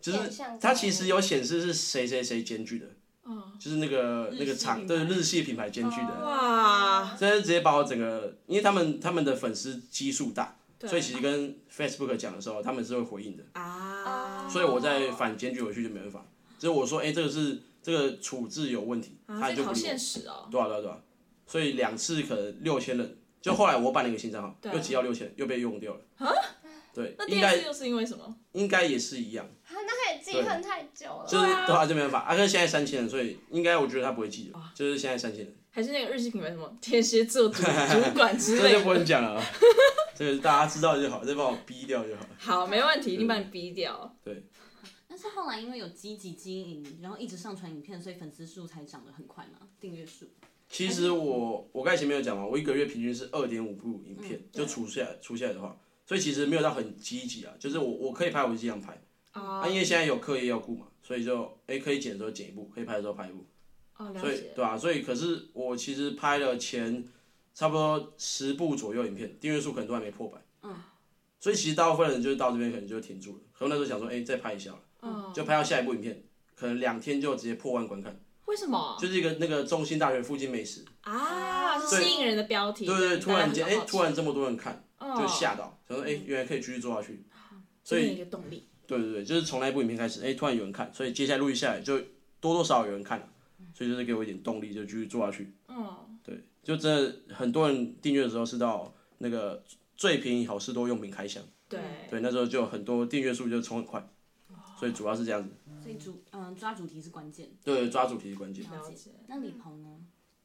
Speaker 3: 就是
Speaker 4: 变相
Speaker 3: 它
Speaker 4: 在
Speaker 3: 其实有显示是谁谁谁监据的，
Speaker 2: 哦
Speaker 3: 就是那个那个厂，对日系品牌哦监据的，
Speaker 2: 哇，
Speaker 3: 所以就直接把我整个，因为他们他们的粉丝基数大，
Speaker 2: 对
Speaker 3: 所以其实跟 Facebook 讲的时候，他们是会回应的。
Speaker 2: 啊，
Speaker 3: 所以我再反检举回去就没办法。所以我说，哎、这个是这个处置有问题，
Speaker 2: 啊，
Speaker 3: 他
Speaker 2: 这
Speaker 3: 就
Speaker 2: 个好
Speaker 3: 不理我。
Speaker 2: 现实哦，
Speaker 3: 对啊，对啊，对啊。所以两次可能六千人，就后来我办了一个新账号，
Speaker 2: 对啊
Speaker 3: 又提到六千，又被用掉了。对
Speaker 2: 那，
Speaker 3: 应
Speaker 2: 第二次
Speaker 3: 该
Speaker 2: 又是因为什么？
Speaker 3: 应该也是一样，
Speaker 4: 啊，那他也记恨太久了，
Speaker 3: 就是对啊，就没办法。啊，可是现在三千人，所以应该我觉得他不会记得，就是现在三千人，
Speaker 2: 还是那个日系品牌什么天蝎座主主管之
Speaker 3: 这 [LAUGHS]
Speaker 2: 类
Speaker 3: 就不
Speaker 2: 的？
Speaker 3: 能讲了啊。这个大家知道就好，再帮我逼掉就好。
Speaker 2: 好，没问题，你把你逼掉。
Speaker 3: 对，
Speaker 1: 但是后来因为有积极经营，然后一直上传影片，所以粉丝数才涨得很快嘛，订阅数。
Speaker 3: 其
Speaker 2: 哎
Speaker 3: 实我我刚才前面有讲嘛，我一个月平均是二点五部影片，
Speaker 2: 嗯对
Speaker 3: 就除下来除下来的话，所以其实没有到很积极啊，就是我我可以拍我就尽量拍，
Speaker 2: 啊
Speaker 3: 啊，因为现在有课业要顾嘛，所以就哎、诶可以剪的时候剪一部，可以拍的时候拍一部，
Speaker 2: 哦，了
Speaker 3: 所以
Speaker 2: 解。
Speaker 3: 对啊，所以可是我其实拍了前差不多十部左右影片，订阅数可能都还没破百。嗯。所以其实大部分人就是到这边可能就停住了。可能那时候想说，哎、再拍一下好了，
Speaker 2: 嗯，
Speaker 3: 就拍到下一部影片，可能两天就直接破万观看，
Speaker 2: 为什么
Speaker 3: 就是一个那个中心大学附近美食，
Speaker 2: 啊？是
Speaker 3: 对
Speaker 2: 吸引人的标题，
Speaker 3: 对对对，突然间，哎、突然
Speaker 2: 就
Speaker 3: 这么多人看，
Speaker 4: 哦
Speaker 3: 就吓到，想说，哎、原来可以继续做下去。
Speaker 4: 啊
Speaker 3: 所以
Speaker 2: 一个动力。
Speaker 3: 对对对，就是从那一部影片开始，哎、突然有人看，所以接下来录一下来就多多少少有人看了、
Speaker 4: 嗯
Speaker 3: 所以就是给我一点动力，就继续做下去。
Speaker 2: 嗯，
Speaker 3: 对，就真的很多人订阅的时候是到那个最便宜好事多用品开箱，
Speaker 2: 对，
Speaker 3: 对，那时候就有很多订阅数就冲很快，
Speaker 4: 哦
Speaker 3: 所以主要是这样子。
Speaker 1: 所以主嗯、抓主题是关键。
Speaker 3: 对，抓主题是关键。
Speaker 2: 了解。
Speaker 1: 那李鹏呢？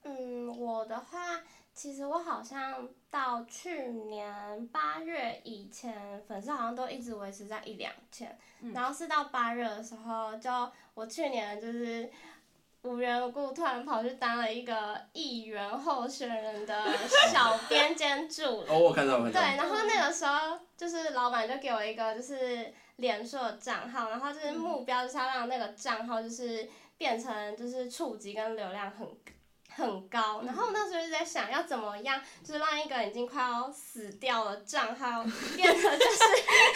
Speaker 4: 嗯，我的话，其实我好像到去年八月以前，粉丝好像都一直维持在一两千，然后是到八月的时候，就我去年就是。无缘无故突然跑去当了一个议员候选人的小编兼助理，
Speaker 3: 哦，我有看到，我有看
Speaker 4: 对，
Speaker 3: 到。
Speaker 4: 然后那个时候就是老板就给我一个就是脸书的账号，然后就是目标就是要让那个账号就是变成就是触及跟流量很。很高，然后那时候就在想要怎么样，就是让一个已经快要死掉的账号变得就是，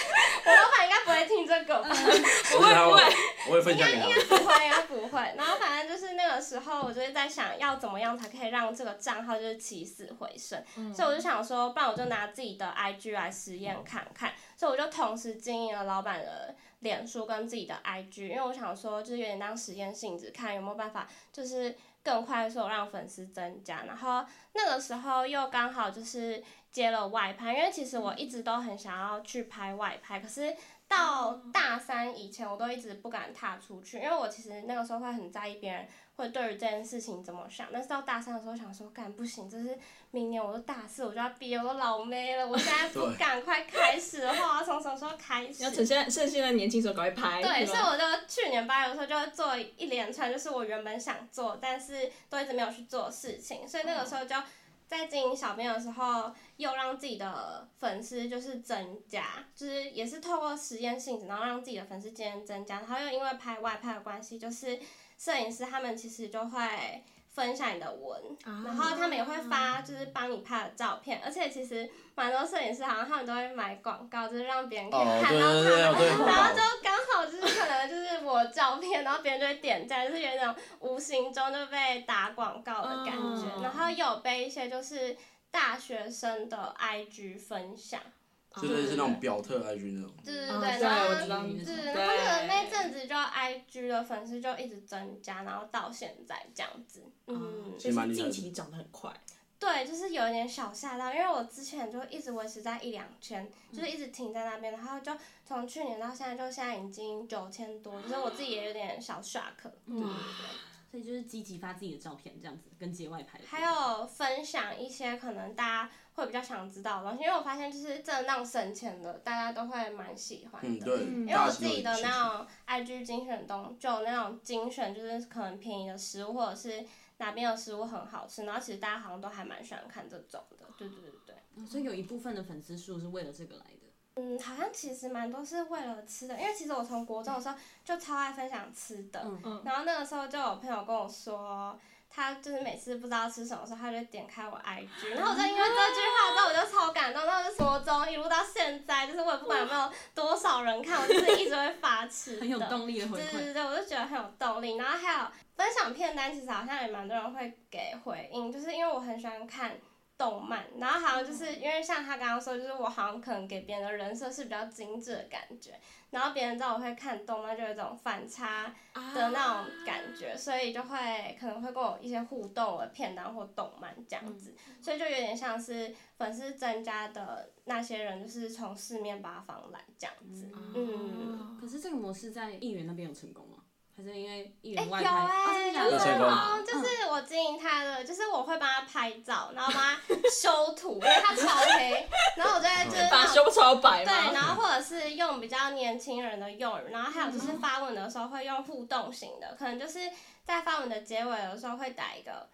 Speaker 4: [LAUGHS] 我老板应该不会听这个吧？
Speaker 3: 我会不会？我会分享给他们。
Speaker 4: 不会，应该不会。然后反正就是那个时候，我就是在想要怎么样才可以让这个账号就是起死回生，所以我就想说，不然我就拿自己的 IG 来实验看看。所以我就同时经营了老板的脸书跟自己的 IG，因为我想说，就是有点当实验性质，看有没有办法就是更快速地让粉丝增加。然后那个时候又刚好就是接了外拍，因为其实我一直都很想要去拍外拍，可是到大三以前我都一直不敢踏出去，因为我其实那个时候会很在意别人会对于这件事情怎么想。但是到大三的时候想说，干不行，这是明年我都大四，我就要毕业，我都老妹了，我现在不
Speaker 3: 对
Speaker 4: 赶快开始的话，我要从什么时候开始？
Speaker 2: 要趁现在趁现在年轻时候赶快拍，
Speaker 4: 对，
Speaker 2: 是
Speaker 4: 所以我就去年八月的时候就会做一连串，就是我原本想做，但是都一直没有去做的事情，所以那个时候就在经营小编的时候，又让自己的粉丝就是增加，就是也是透过实验性质，然后让自己的粉丝渐渐增加，然后又因为拍外拍的关系，就是摄影师他们其实就会分享你的文，然后他们也会发，就是帮你拍的照片，而且其实蛮多摄影师好像他们都会买广告，就是让别人可以
Speaker 3: 哦，
Speaker 4: 看
Speaker 3: 对
Speaker 4: 到他
Speaker 3: 对
Speaker 4: 们，
Speaker 3: 对，我对
Speaker 4: 然后
Speaker 3: 看
Speaker 4: 就
Speaker 3: 到。
Speaker 4: 刚好就是可能就是我照片，然后别人就会点赞，就是有一种无形中就被打广告的感觉。
Speaker 2: 嗯
Speaker 4: 然后也有被一些就是大学生的 IG 分享，
Speaker 3: 就类似那种表特 IG 那种。
Speaker 4: 对对
Speaker 2: 哦
Speaker 4: 对，
Speaker 2: 对
Speaker 4: 然后
Speaker 2: 我知道
Speaker 4: 对，
Speaker 1: 对
Speaker 4: 然后可能那阵子就 IG 的粉丝就一直增加，然后到现在这样子，嗯。
Speaker 2: 就
Speaker 3: 其实蛮
Speaker 2: 是
Speaker 3: 厉害
Speaker 2: 近
Speaker 3: 的
Speaker 2: 期长得很快，
Speaker 4: 对，就是有一点小吓到，因为我之前就一直维持在一两千，就是一直停在那边，然后就从去年到现在，就现在已经九千多，就是我自己也有点小 shock。对对
Speaker 1: 嗯
Speaker 4: 对，
Speaker 1: 所以就是积极发自己的照片，这样子跟街外拍的。
Speaker 4: 还有分享一些可能大家会比较想知道的东西，因为我发现就是真的那种省钱的，大家都会蛮喜欢的。
Speaker 3: 嗯，对。
Speaker 2: 嗯
Speaker 4: 因为
Speaker 3: 大
Speaker 4: 我
Speaker 3: 家
Speaker 4: 自
Speaker 3: 都有
Speaker 4: 己的
Speaker 3: 兴趣
Speaker 4: 那种 IG 精选东，就有那种精选，就是可能便宜的食物，或者是哪边的食物很好吃，然后其实大家好像都还蛮喜欢看这种的。对对对对。
Speaker 1: 嗯所以有一部分的粉丝数是为了这个来的。
Speaker 4: 嗯，好像其实蛮多是为了吃的，因为其实我从国中的时候就超爱分享吃的，
Speaker 1: 嗯
Speaker 2: 嗯
Speaker 4: 然后那个时候就有朋友跟我说，他就是每次不知道吃什么时候，他就点开我
Speaker 1: [LAUGHS]
Speaker 4: IG，然后我就因为这句话之后我就超感动，然后我就国中一路到现在，就是我也不管有没有多少人看，我就是一直会发吃的，
Speaker 1: [LAUGHS] 很有动力的回
Speaker 4: 对
Speaker 1: 馈。
Speaker 4: 对对，我就觉得很有动力。然后还有分享片单，其实好像也蛮多人会给回应，就是因为我很喜欢看动漫，然后好像就是因为像他刚刚说，就是我好像可能给别人的人设是比较精致的感觉，然后别人知道我会看动漫，就有一种反差
Speaker 2: 啊
Speaker 4: 的那种感觉，
Speaker 1: 嗯
Speaker 4: 所以就会可能会跟我一些互动我的片段或动漫这样子，
Speaker 1: 嗯
Speaker 4: 所以就有点像是粉丝增加的那些人，就是从四面八方来这样子，嗯
Speaker 2: 嗯，
Speaker 1: 可是这个模式在议员那边有成功吗？还是因为议员
Speaker 4: 欸
Speaker 1: 外
Speaker 4: 有
Speaker 1: 拍？
Speaker 4: 欸
Speaker 1: 哦真的假的嗯
Speaker 3: 有成功
Speaker 4: 哦，就是我经营他的，就是我会帮他拍照，然后帮他修图，因为他超黑，然后我就会就是
Speaker 2: 嗯把
Speaker 4: 那种
Speaker 2: 胸朝白
Speaker 4: 对，
Speaker 2: 吗？
Speaker 4: 然后或者是用比较年轻人的用语，然后还有
Speaker 1: 嗯
Speaker 4: 就是发文的时候会用互动型的，可能就是在发文的结尾的时候会打一个。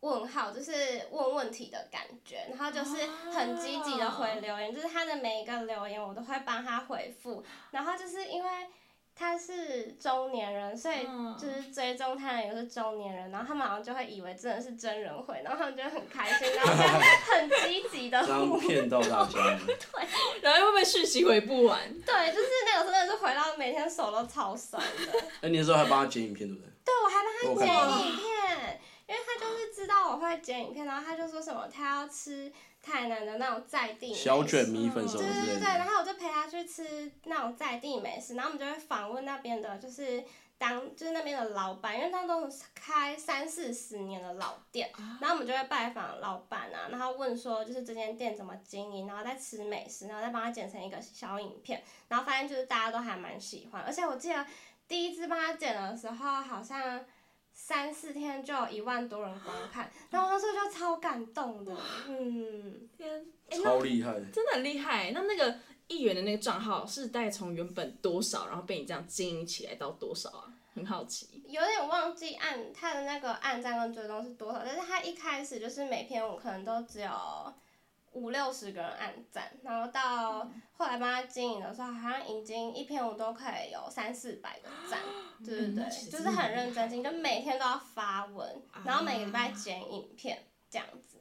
Speaker 4: 问号就是问问题的感觉，然后就是很积极
Speaker 1: 哦
Speaker 4: 的回留言，就是他的每一个留言我都会帮他回复，然后就是因为他是中年人，所以
Speaker 1: 嗯
Speaker 4: 就是追踪他的也是中年人，然后他们好像就会以为真的是真人会，然后他们就会很开
Speaker 3: [LAUGHS]
Speaker 4: 心，然后就很积极的
Speaker 3: 这样
Speaker 4: 互
Speaker 3: 骗到大家。
Speaker 2: 然后又会被讯息回不完，
Speaker 4: 对，就是那个真的是回到每天手都超酸的。
Speaker 3: 那哎你那时候还帮他剪影片，对不对？
Speaker 4: 对，我还帮
Speaker 3: 我
Speaker 4: 他
Speaker 3: 看到了
Speaker 4: 剪影片，因为他就是知道我会剪影片，然后他就说什么他要吃台南的那种在地美食
Speaker 3: 小卷米粉什
Speaker 4: 对
Speaker 3: 么
Speaker 4: 对
Speaker 3: 之
Speaker 4: 嗯对
Speaker 3: 类
Speaker 4: 对，然
Speaker 3: 的。
Speaker 4: 后我就陪他去吃那种在地美食，然后我们就会访问那边的，就是当就是那边的老板，因为他都是开三四十年的老店，
Speaker 3: 啊
Speaker 4: 然后我们就会拜访老板啊，然后问说就是这间店怎么经营，然后再吃美食，然后再帮他剪成一个小影片，然后发现就是大家都还蛮喜欢，而且我记得第一次帮他剪的时候好像。三四天就有一万多人观
Speaker 3: 啊
Speaker 4: 看，然后我那时候就超感动的，嗯，
Speaker 2: 天，哎那
Speaker 3: 超厉害，
Speaker 2: 真的很厉害。那那个议员的那个账号是大概从原本多少，然后被你这样经营起来到多少啊？很好奇。
Speaker 4: 有点忘记按他的那个按赞跟追踪是多少，但是他一开始就是每篇我可能都只有五六十个人按赞，然后到后来帮他经营的时候，好像已经一篇我都可以有三四百个赞，对对
Speaker 2: 嗯其实
Speaker 4: 对，就是很认真经营，就每天都要发文，然后每个礼拜剪影片这样子，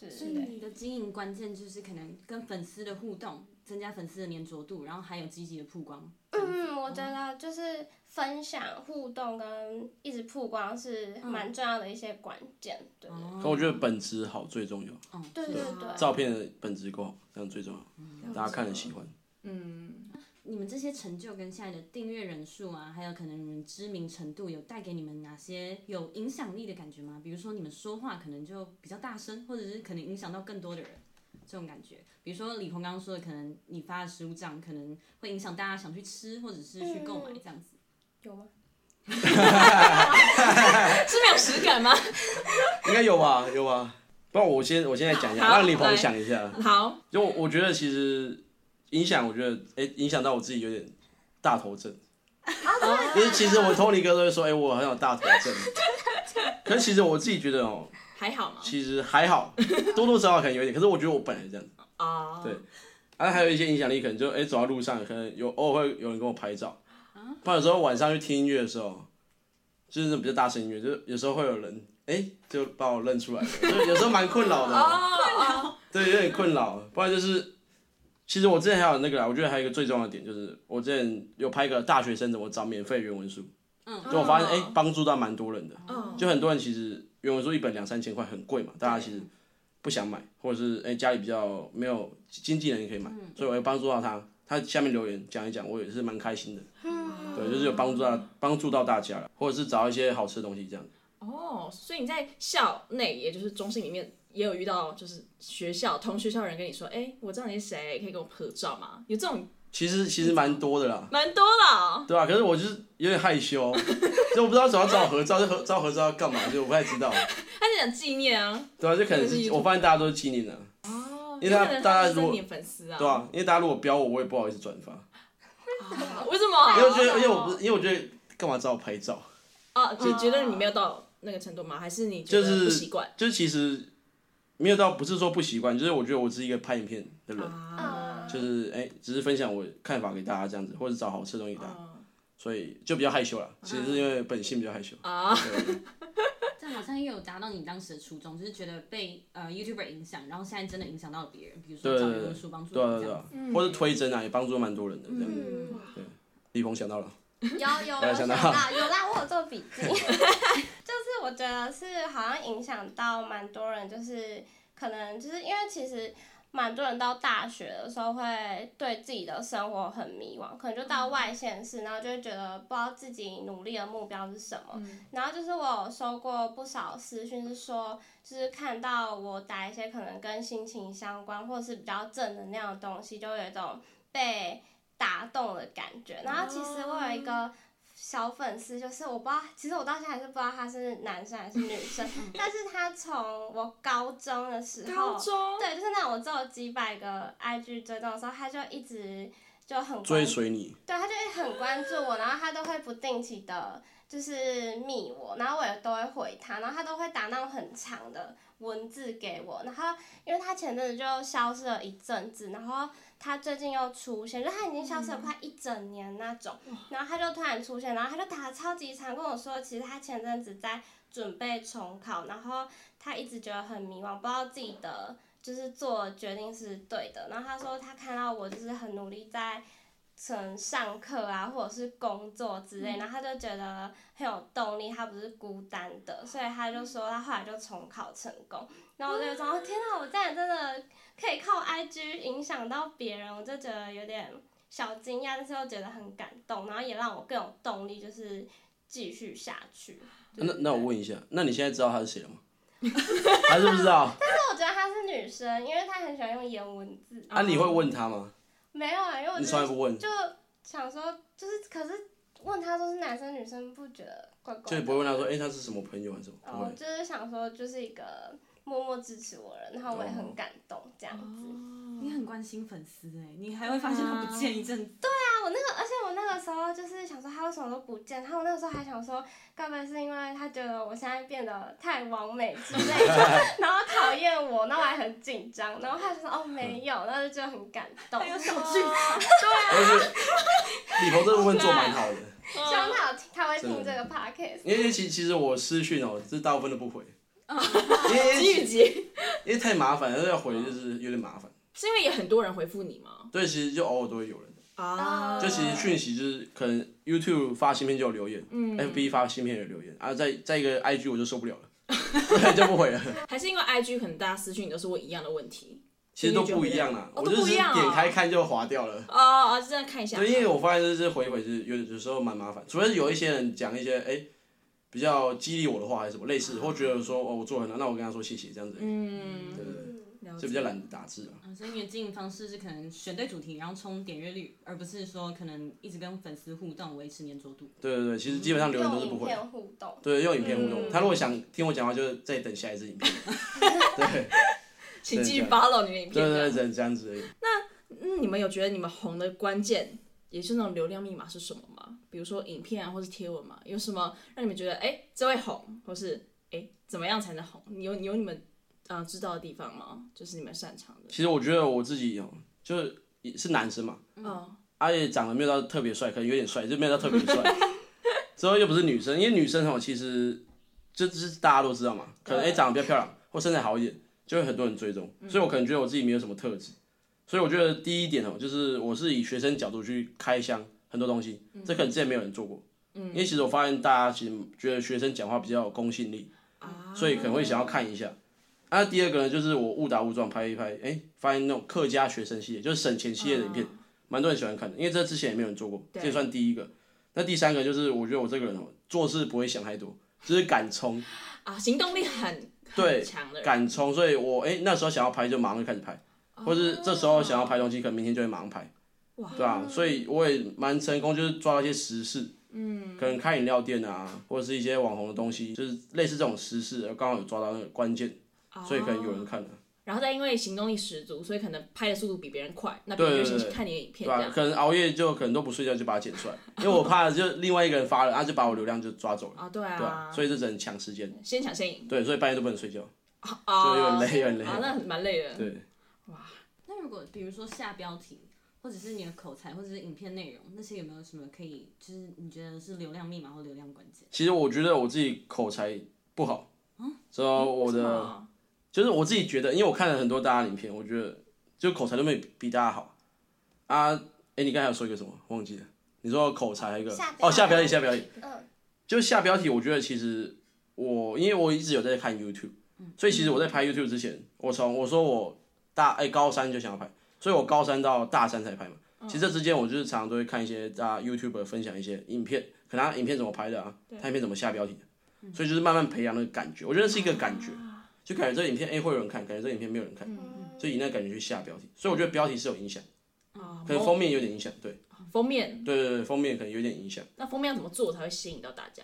Speaker 4: 对
Speaker 1: 所以
Speaker 4: 对对。
Speaker 1: 你的经营关键就是可能跟粉丝的互动，增加粉丝的粘着度，然后还有积极的曝光。
Speaker 4: 嗯，我觉得就是分享、互动跟一直曝光是蛮重要的一些关键，对对
Speaker 1: 哦
Speaker 3: 可我觉得本质好最重要，
Speaker 1: 嗯，
Speaker 4: 对对对对。
Speaker 3: 照片的本质够好，这样最重要，大家看了喜欢。
Speaker 2: 嗯，
Speaker 1: 你们这些成就跟现在的订阅人数啊，还有可能你们知名程度，有带给你们哪些有影响力的感觉吗？比如说你们说话可能就比较大声，或者是可能影响到更多的人，这种感觉。比如说李鹏刚刚说的，可能你发的食物账可能会影响大家想去吃，或者是去购买
Speaker 4: 嗯
Speaker 1: 这样子。
Speaker 4: 有吗？
Speaker 2: 是没有实感吗？
Speaker 3: 应该有吧，有吧。不然我先我现在讲一下，
Speaker 2: 好
Speaker 3: 让李鹏
Speaker 2: 来
Speaker 3: 想一下。
Speaker 2: 好，
Speaker 3: 就我我觉得其实影响，我觉得哎、影响到我自己有点大头症。
Speaker 4: 啊
Speaker 3: 就是其实我 Tony 哥都会说，哎、我很有大头症。可是其实我自己觉得哦、
Speaker 2: 还好吗？
Speaker 3: 其实还
Speaker 4: [LAUGHS]
Speaker 3: 好，多多少少可能有一点。可是我觉得我本来就这样子。
Speaker 2: 啊，
Speaker 3: 对啊，还有一些影响力，可能就哎、走在路上，可能有偶尔会有人跟我拍照。不然有时候晚上去听音乐的时候，就是那种比较大声音乐，就是有时候会有人哎、就把我认出来了，就有时候蛮困扰的。
Speaker 2: 哦，
Speaker 3: 对，有点困扰。不然就是，其实我之前还有那个啦，我觉得还有一个最重要的点就是，我之前有拍一个大学生怎么找免费原文书，
Speaker 1: 嗯，
Speaker 3: 就我发现
Speaker 2: 哦
Speaker 3: 哎，帮、助到蛮多人的。
Speaker 2: 嗯
Speaker 3: 就很多人其实原文书一本两三千块很贵嘛，大家其实不想买，或者是哎、家里比较没有经济能力可以买，
Speaker 2: 嗯
Speaker 3: 所以我也帮助到他。他下面留言讲一讲，我也是蛮开心的。对，就是有帮助到帮助到大家了，或者是找一些好吃的东西这样。
Speaker 2: 哦，所以你在校内，也就是中心里面，也有遇到就是学校同学校人跟你说，哎、我知道你是谁，可以跟我合照吗？有这种
Speaker 3: 其实其实蛮多的啦，
Speaker 2: 蛮多的哦、
Speaker 3: 对啊，可是我就是有点害羞，哦
Speaker 2: [LAUGHS]
Speaker 3: 就我不知道怎么找合照，就合照合照要干嘛，就我不太知道。
Speaker 2: 他就想纪念啊，
Speaker 3: 对啊，就可能
Speaker 2: 就是
Speaker 3: 是
Speaker 2: YouTube
Speaker 3: 我发现大家都是纪念的，
Speaker 2: 哦，
Speaker 3: 因为他
Speaker 2: 可能
Speaker 3: 大家
Speaker 2: 是
Speaker 3: 如果
Speaker 2: 你的粉丝啊，
Speaker 3: 对啊，因为大家如果标我，我也不好意思转发，
Speaker 2: 啊为什么？
Speaker 3: 因为我觉得，因为我不是，因为我觉得干嘛找我拍照，
Speaker 2: 啊，就觉得你没有到那个程度吗？还是你觉
Speaker 3: 就
Speaker 2: 得
Speaker 3: 是
Speaker 2: 不习惯
Speaker 3: 就是其实没有到不是说不习惯，就是我觉得我是一个拍影片的人，
Speaker 2: 啊？
Speaker 3: 就是哎、只是分享我看法给大家这样子，或者找好吃的东西给大家，所以就比较害羞啦。其实是因为本性比较害羞。
Speaker 2: 啊，
Speaker 3: 对
Speaker 1: 这样好像也有达到你当时的初衷，就是觉得被呃 YouTuber 影响，然后现在真的影响到了别人，比如说
Speaker 3: 对
Speaker 1: 找
Speaker 3: 对
Speaker 1: 人文书帮助
Speaker 3: 对啊
Speaker 1: 你
Speaker 3: 对
Speaker 1: [LAUGHS] 这
Speaker 3: 啊对
Speaker 1: 样
Speaker 3: 啊
Speaker 1: 子。，
Speaker 3: 或者推甄啊，啊也帮助蛮多人的这样。
Speaker 4: 嗯
Speaker 3: 李鹏想到了，
Speaker 4: 有有， [LAUGHS]
Speaker 3: 有
Speaker 4: 我
Speaker 3: 想
Speaker 4: 想
Speaker 3: 到
Speaker 4: 到有啦，我有做笔记。 [LAUGHS] 就是我觉得是好像影响到蛮多人，就是可能就是因为其实蛮多人到大学的时候会对自己的生活很迷惘，可能就到外县市，然后就会觉得不知道自己努力的目标是什么。然后就是我有收过不少私讯，是说就是看到我打一些可能跟心情相关或是比较正能量的东西，就有一种被打动的感觉。然后其实我有一
Speaker 2: 哦
Speaker 4: 个小粉丝，就是我不知道，其实我到现在还是不知道他是男生还是女
Speaker 2: [LAUGHS]
Speaker 4: 生，但是他从我高中的时候，
Speaker 2: 高中
Speaker 4: 对，就是那种我只有几百个 IG 追踪的时候，他就一直就很关
Speaker 3: 追随你，
Speaker 4: 对，他就会很关注我，然后他都会不定期的，就是密我，然后我也都会回他，然后他都会打那种很长的文字给我，然后因为他前阵子就消失了一阵子，然后他最近又出现，就他已经消失了快一整年那种，然后他就突然出现，然后他就打超级长跟我说，其实他前阵子在准备重考，然后他一直觉得很迷茫，不知道自己的就是做决定是对的，然后他说他看到我就是很努力在。可能上课啊，或者是工作之类，然后他就觉得很有动力，他不是孤单的，所以他就说他后来就重考成功。然后我就说，哦天哪，我这样真的可以靠 IG 影响到别人，我就觉得有点小惊讶，但是又觉得很感动，然后也让我更有动力，就是继续下去。
Speaker 3: 那那我问一下，那你现在知道他是谁了吗？还是不知道？
Speaker 4: 但我觉得她是女生，因为她很喜欢用颜文字。
Speaker 3: 啊，你会问他吗？
Speaker 4: 没有啊，因为我
Speaker 3: 你
Speaker 4: 觉
Speaker 3: 从
Speaker 4: 得
Speaker 3: 来不问，
Speaker 4: 就想说，就是可是问他说是男生女生，不觉得怪怪的？
Speaker 3: 就你不会问他说，哎、他是什么朋友还是什么？不
Speaker 4: 哦
Speaker 3: 会，。
Speaker 4: 就是想说，就是一个默默支持我的人，然后我也
Speaker 3: 嗯
Speaker 4: 很感动这样子。
Speaker 1: 哦
Speaker 2: 哦
Speaker 1: 你很关心粉丝哎、你还会发现他不见一阵子，
Speaker 4: 啊，我那个，而且我那个时候就是想说他为什么都不见，然后我那个时候还想说，该不会是因为他觉得我现在变得太完美之类
Speaker 3: [LAUGHS]
Speaker 4: 的，然后讨厌我，那我还很紧张，然后他就说哦没有，那就觉得很感动，
Speaker 1: 还有小
Speaker 4: 希
Speaker 1: 剧场，
Speaker 3: 而且李鹏这部分做蛮好的，
Speaker 4: 望他有听，他会听这个 podcast。
Speaker 3: 因为其其实我私讯哦，这大部分都
Speaker 2: [LAUGHS]
Speaker 3: 不回，因
Speaker 2: 金 [LAUGHS]
Speaker 3: 为
Speaker 2: 玉杰
Speaker 3: 因为太麻烦了，要回就是有点麻烦。
Speaker 2: 是因为也很多人回复你吗？
Speaker 3: 对，其实就偶尔都会有人，
Speaker 4: 啊
Speaker 3: 就其实讯息就是可能 YouTube 发新片就有留言、
Speaker 2: 嗯
Speaker 3: f b 发新片有留言啊，再再一个 IG 我就受不了了， [LAUGHS] 对，就不回了。
Speaker 2: 还是因为 IG 可能大家私讯你都是问一样的问题
Speaker 3: 其实都不一样啦，
Speaker 2: 哦
Speaker 3: 我
Speaker 2: 都
Speaker 3: 就
Speaker 2: 不
Speaker 3: 是
Speaker 2: 一样啊
Speaker 3: 点开看就划掉了。
Speaker 2: 哦哦，就这样看一下。
Speaker 3: 啊对，因为我发现就是回一回是有有时候蛮麻烦，除非有一些人讲一些哎、比较激励我的话还是什么类似，或觉得说哦我做得很好，那我跟他说谢谢这样子，
Speaker 2: 嗯，
Speaker 3: 对对对，
Speaker 2: 了解
Speaker 3: 就比较懒得打字啊。
Speaker 1: 啊所以你的经营方式是可能选对主题，然后冲点阅率，而不是说可能一直跟粉丝互动维持粘着度。
Speaker 3: 对对对，其实基本上留言
Speaker 4: 用
Speaker 3: 都是不
Speaker 4: 影
Speaker 3: 回的。
Speaker 4: 片互动，
Speaker 3: 对，用影片互
Speaker 2: 嗯
Speaker 3: 动。他如果想听我讲话，就是再等下一支影
Speaker 4: [LAUGHS]
Speaker 3: 片。对
Speaker 2: 请继续
Speaker 3: 对
Speaker 2: follow 你的影
Speaker 3: 对
Speaker 2: 片。
Speaker 3: 对，只能这样子而已。
Speaker 2: 嗯，你们有觉得你们红的关键，也就是那种流量密码是什么吗？比如说影片啊，或是贴文嘛，有什么让你们觉得哎、诶这会红，或是哎、诶怎么样才能红？你有你有你们呃知道的地方吗？就是你们擅长的。
Speaker 3: 其实我觉得我自己哦，就是也是男生嘛，
Speaker 2: 嗯，
Speaker 3: 而且长得没有到特别帅，可能有点帅，就没有到特别帅。之后又不是女生，因为女生哦，其实这这是大家都知道嘛，可能哎、
Speaker 2: 对
Speaker 3: 长得比较漂亮或身材好一点，就会很多人追踪。所以我可能觉得我自己没有什么特质，所以我觉得第一点哦，就是我是以学生角度去开箱很多东西，这可能之前没有人做过。因为其实我发现大家其实觉得学生讲话比较有公信力，所以可能会想要看一下。啊，第二个呢，就是我误打误撞拍一拍，哎、发现那种客家学生系列，就是省钱系列的影片，蛮多人喜欢看的，因为这之前也没有人做过，
Speaker 2: 对
Speaker 3: 这也算第一个。那第三个就是，我觉得我这个人哦，做事不会想太多，就是敢冲，
Speaker 2: 啊，行动力很
Speaker 3: 对
Speaker 2: 很强的人。
Speaker 3: 敢冲，所以我哎、那时候想要拍就马上就开始拍，或是这时候想要拍东西，可能明天就会马上拍，
Speaker 2: 哦哇
Speaker 3: 对啊，所以我也蛮成功，就是抓到一些时事，嗯，可能开饮料店啊，或者是一些网红的东西，就是类似这种时事，而刚好有抓到那个关键，
Speaker 2: 哦
Speaker 3: 所以可能有人看了，
Speaker 2: 然后再因为行动力十足，所以可能拍的速度比别人快，那别人就
Speaker 3: 对对
Speaker 2: 先
Speaker 3: 对
Speaker 2: 去看你的影
Speaker 3: 对啊
Speaker 2: 片这
Speaker 3: 吧、
Speaker 2: 样。
Speaker 3: 可能熬夜就可能都不睡觉就把它剪出来，因为我怕就另外一个人发了，啊他就把我流量就抓走了，
Speaker 2: 啊，对
Speaker 3: 对啊
Speaker 2: 啊，，
Speaker 3: 所以这只能抢时间。
Speaker 2: 先抢先赢
Speaker 3: 对，所以半夜都不能睡觉，
Speaker 2: 啊，
Speaker 3: 就有点
Speaker 2: 啊，
Speaker 3: 累，有点累。
Speaker 2: 那很蛮累的。
Speaker 3: 对，
Speaker 1: 那如果比如说下标题，或者是你的口才，或者是影片内容，那些有没有什么可以，就是你觉得是流量密码或流量关键？
Speaker 3: 其实我觉得我自己口才不好，之后我
Speaker 2: 啊为什
Speaker 3: 的
Speaker 2: 么
Speaker 3: 就是我自己觉得，因为我看了很多大家的影片，我觉得就口才都没有比大家好啊。哎，你刚才有说一个什么？忘记了。你说口才还有一个
Speaker 4: 下
Speaker 3: 哦，下标题，下标题，
Speaker 4: 嗯，
Speaker 3: 就下标题。我觉得其实我因为我一直有在看 YouTube，所以其实我在拍 YouTube 之前，我从我说我大哎高三就想要拍，所以我高三到大三才拍嘛。其实这之间我就是常常都会看一些大家 YouTube 分享一些影片，可能他影片怎么拍的啊，他影片怎么下标题的，所以就是慢慢培养那个感觉。我觉得是一个感
Speaker 2: 啊
Speaker 3: 觉，就感觉这影片哎会有人看，感觉这影片没有人看，
Speaker 2: 嗯
Speaker 1: 嗯
Speaker 3: 所以以那感觉去下标题。所以我觉得标题是有影响，
Speaker 2: 啊，
Speaker 3: 可能封面有点影响，对
Speaker 2: 封面，
Speaker 3: 对对对，封面可能有点影响。
Speaker 2: 那封面要怎么做才会吸引到大家？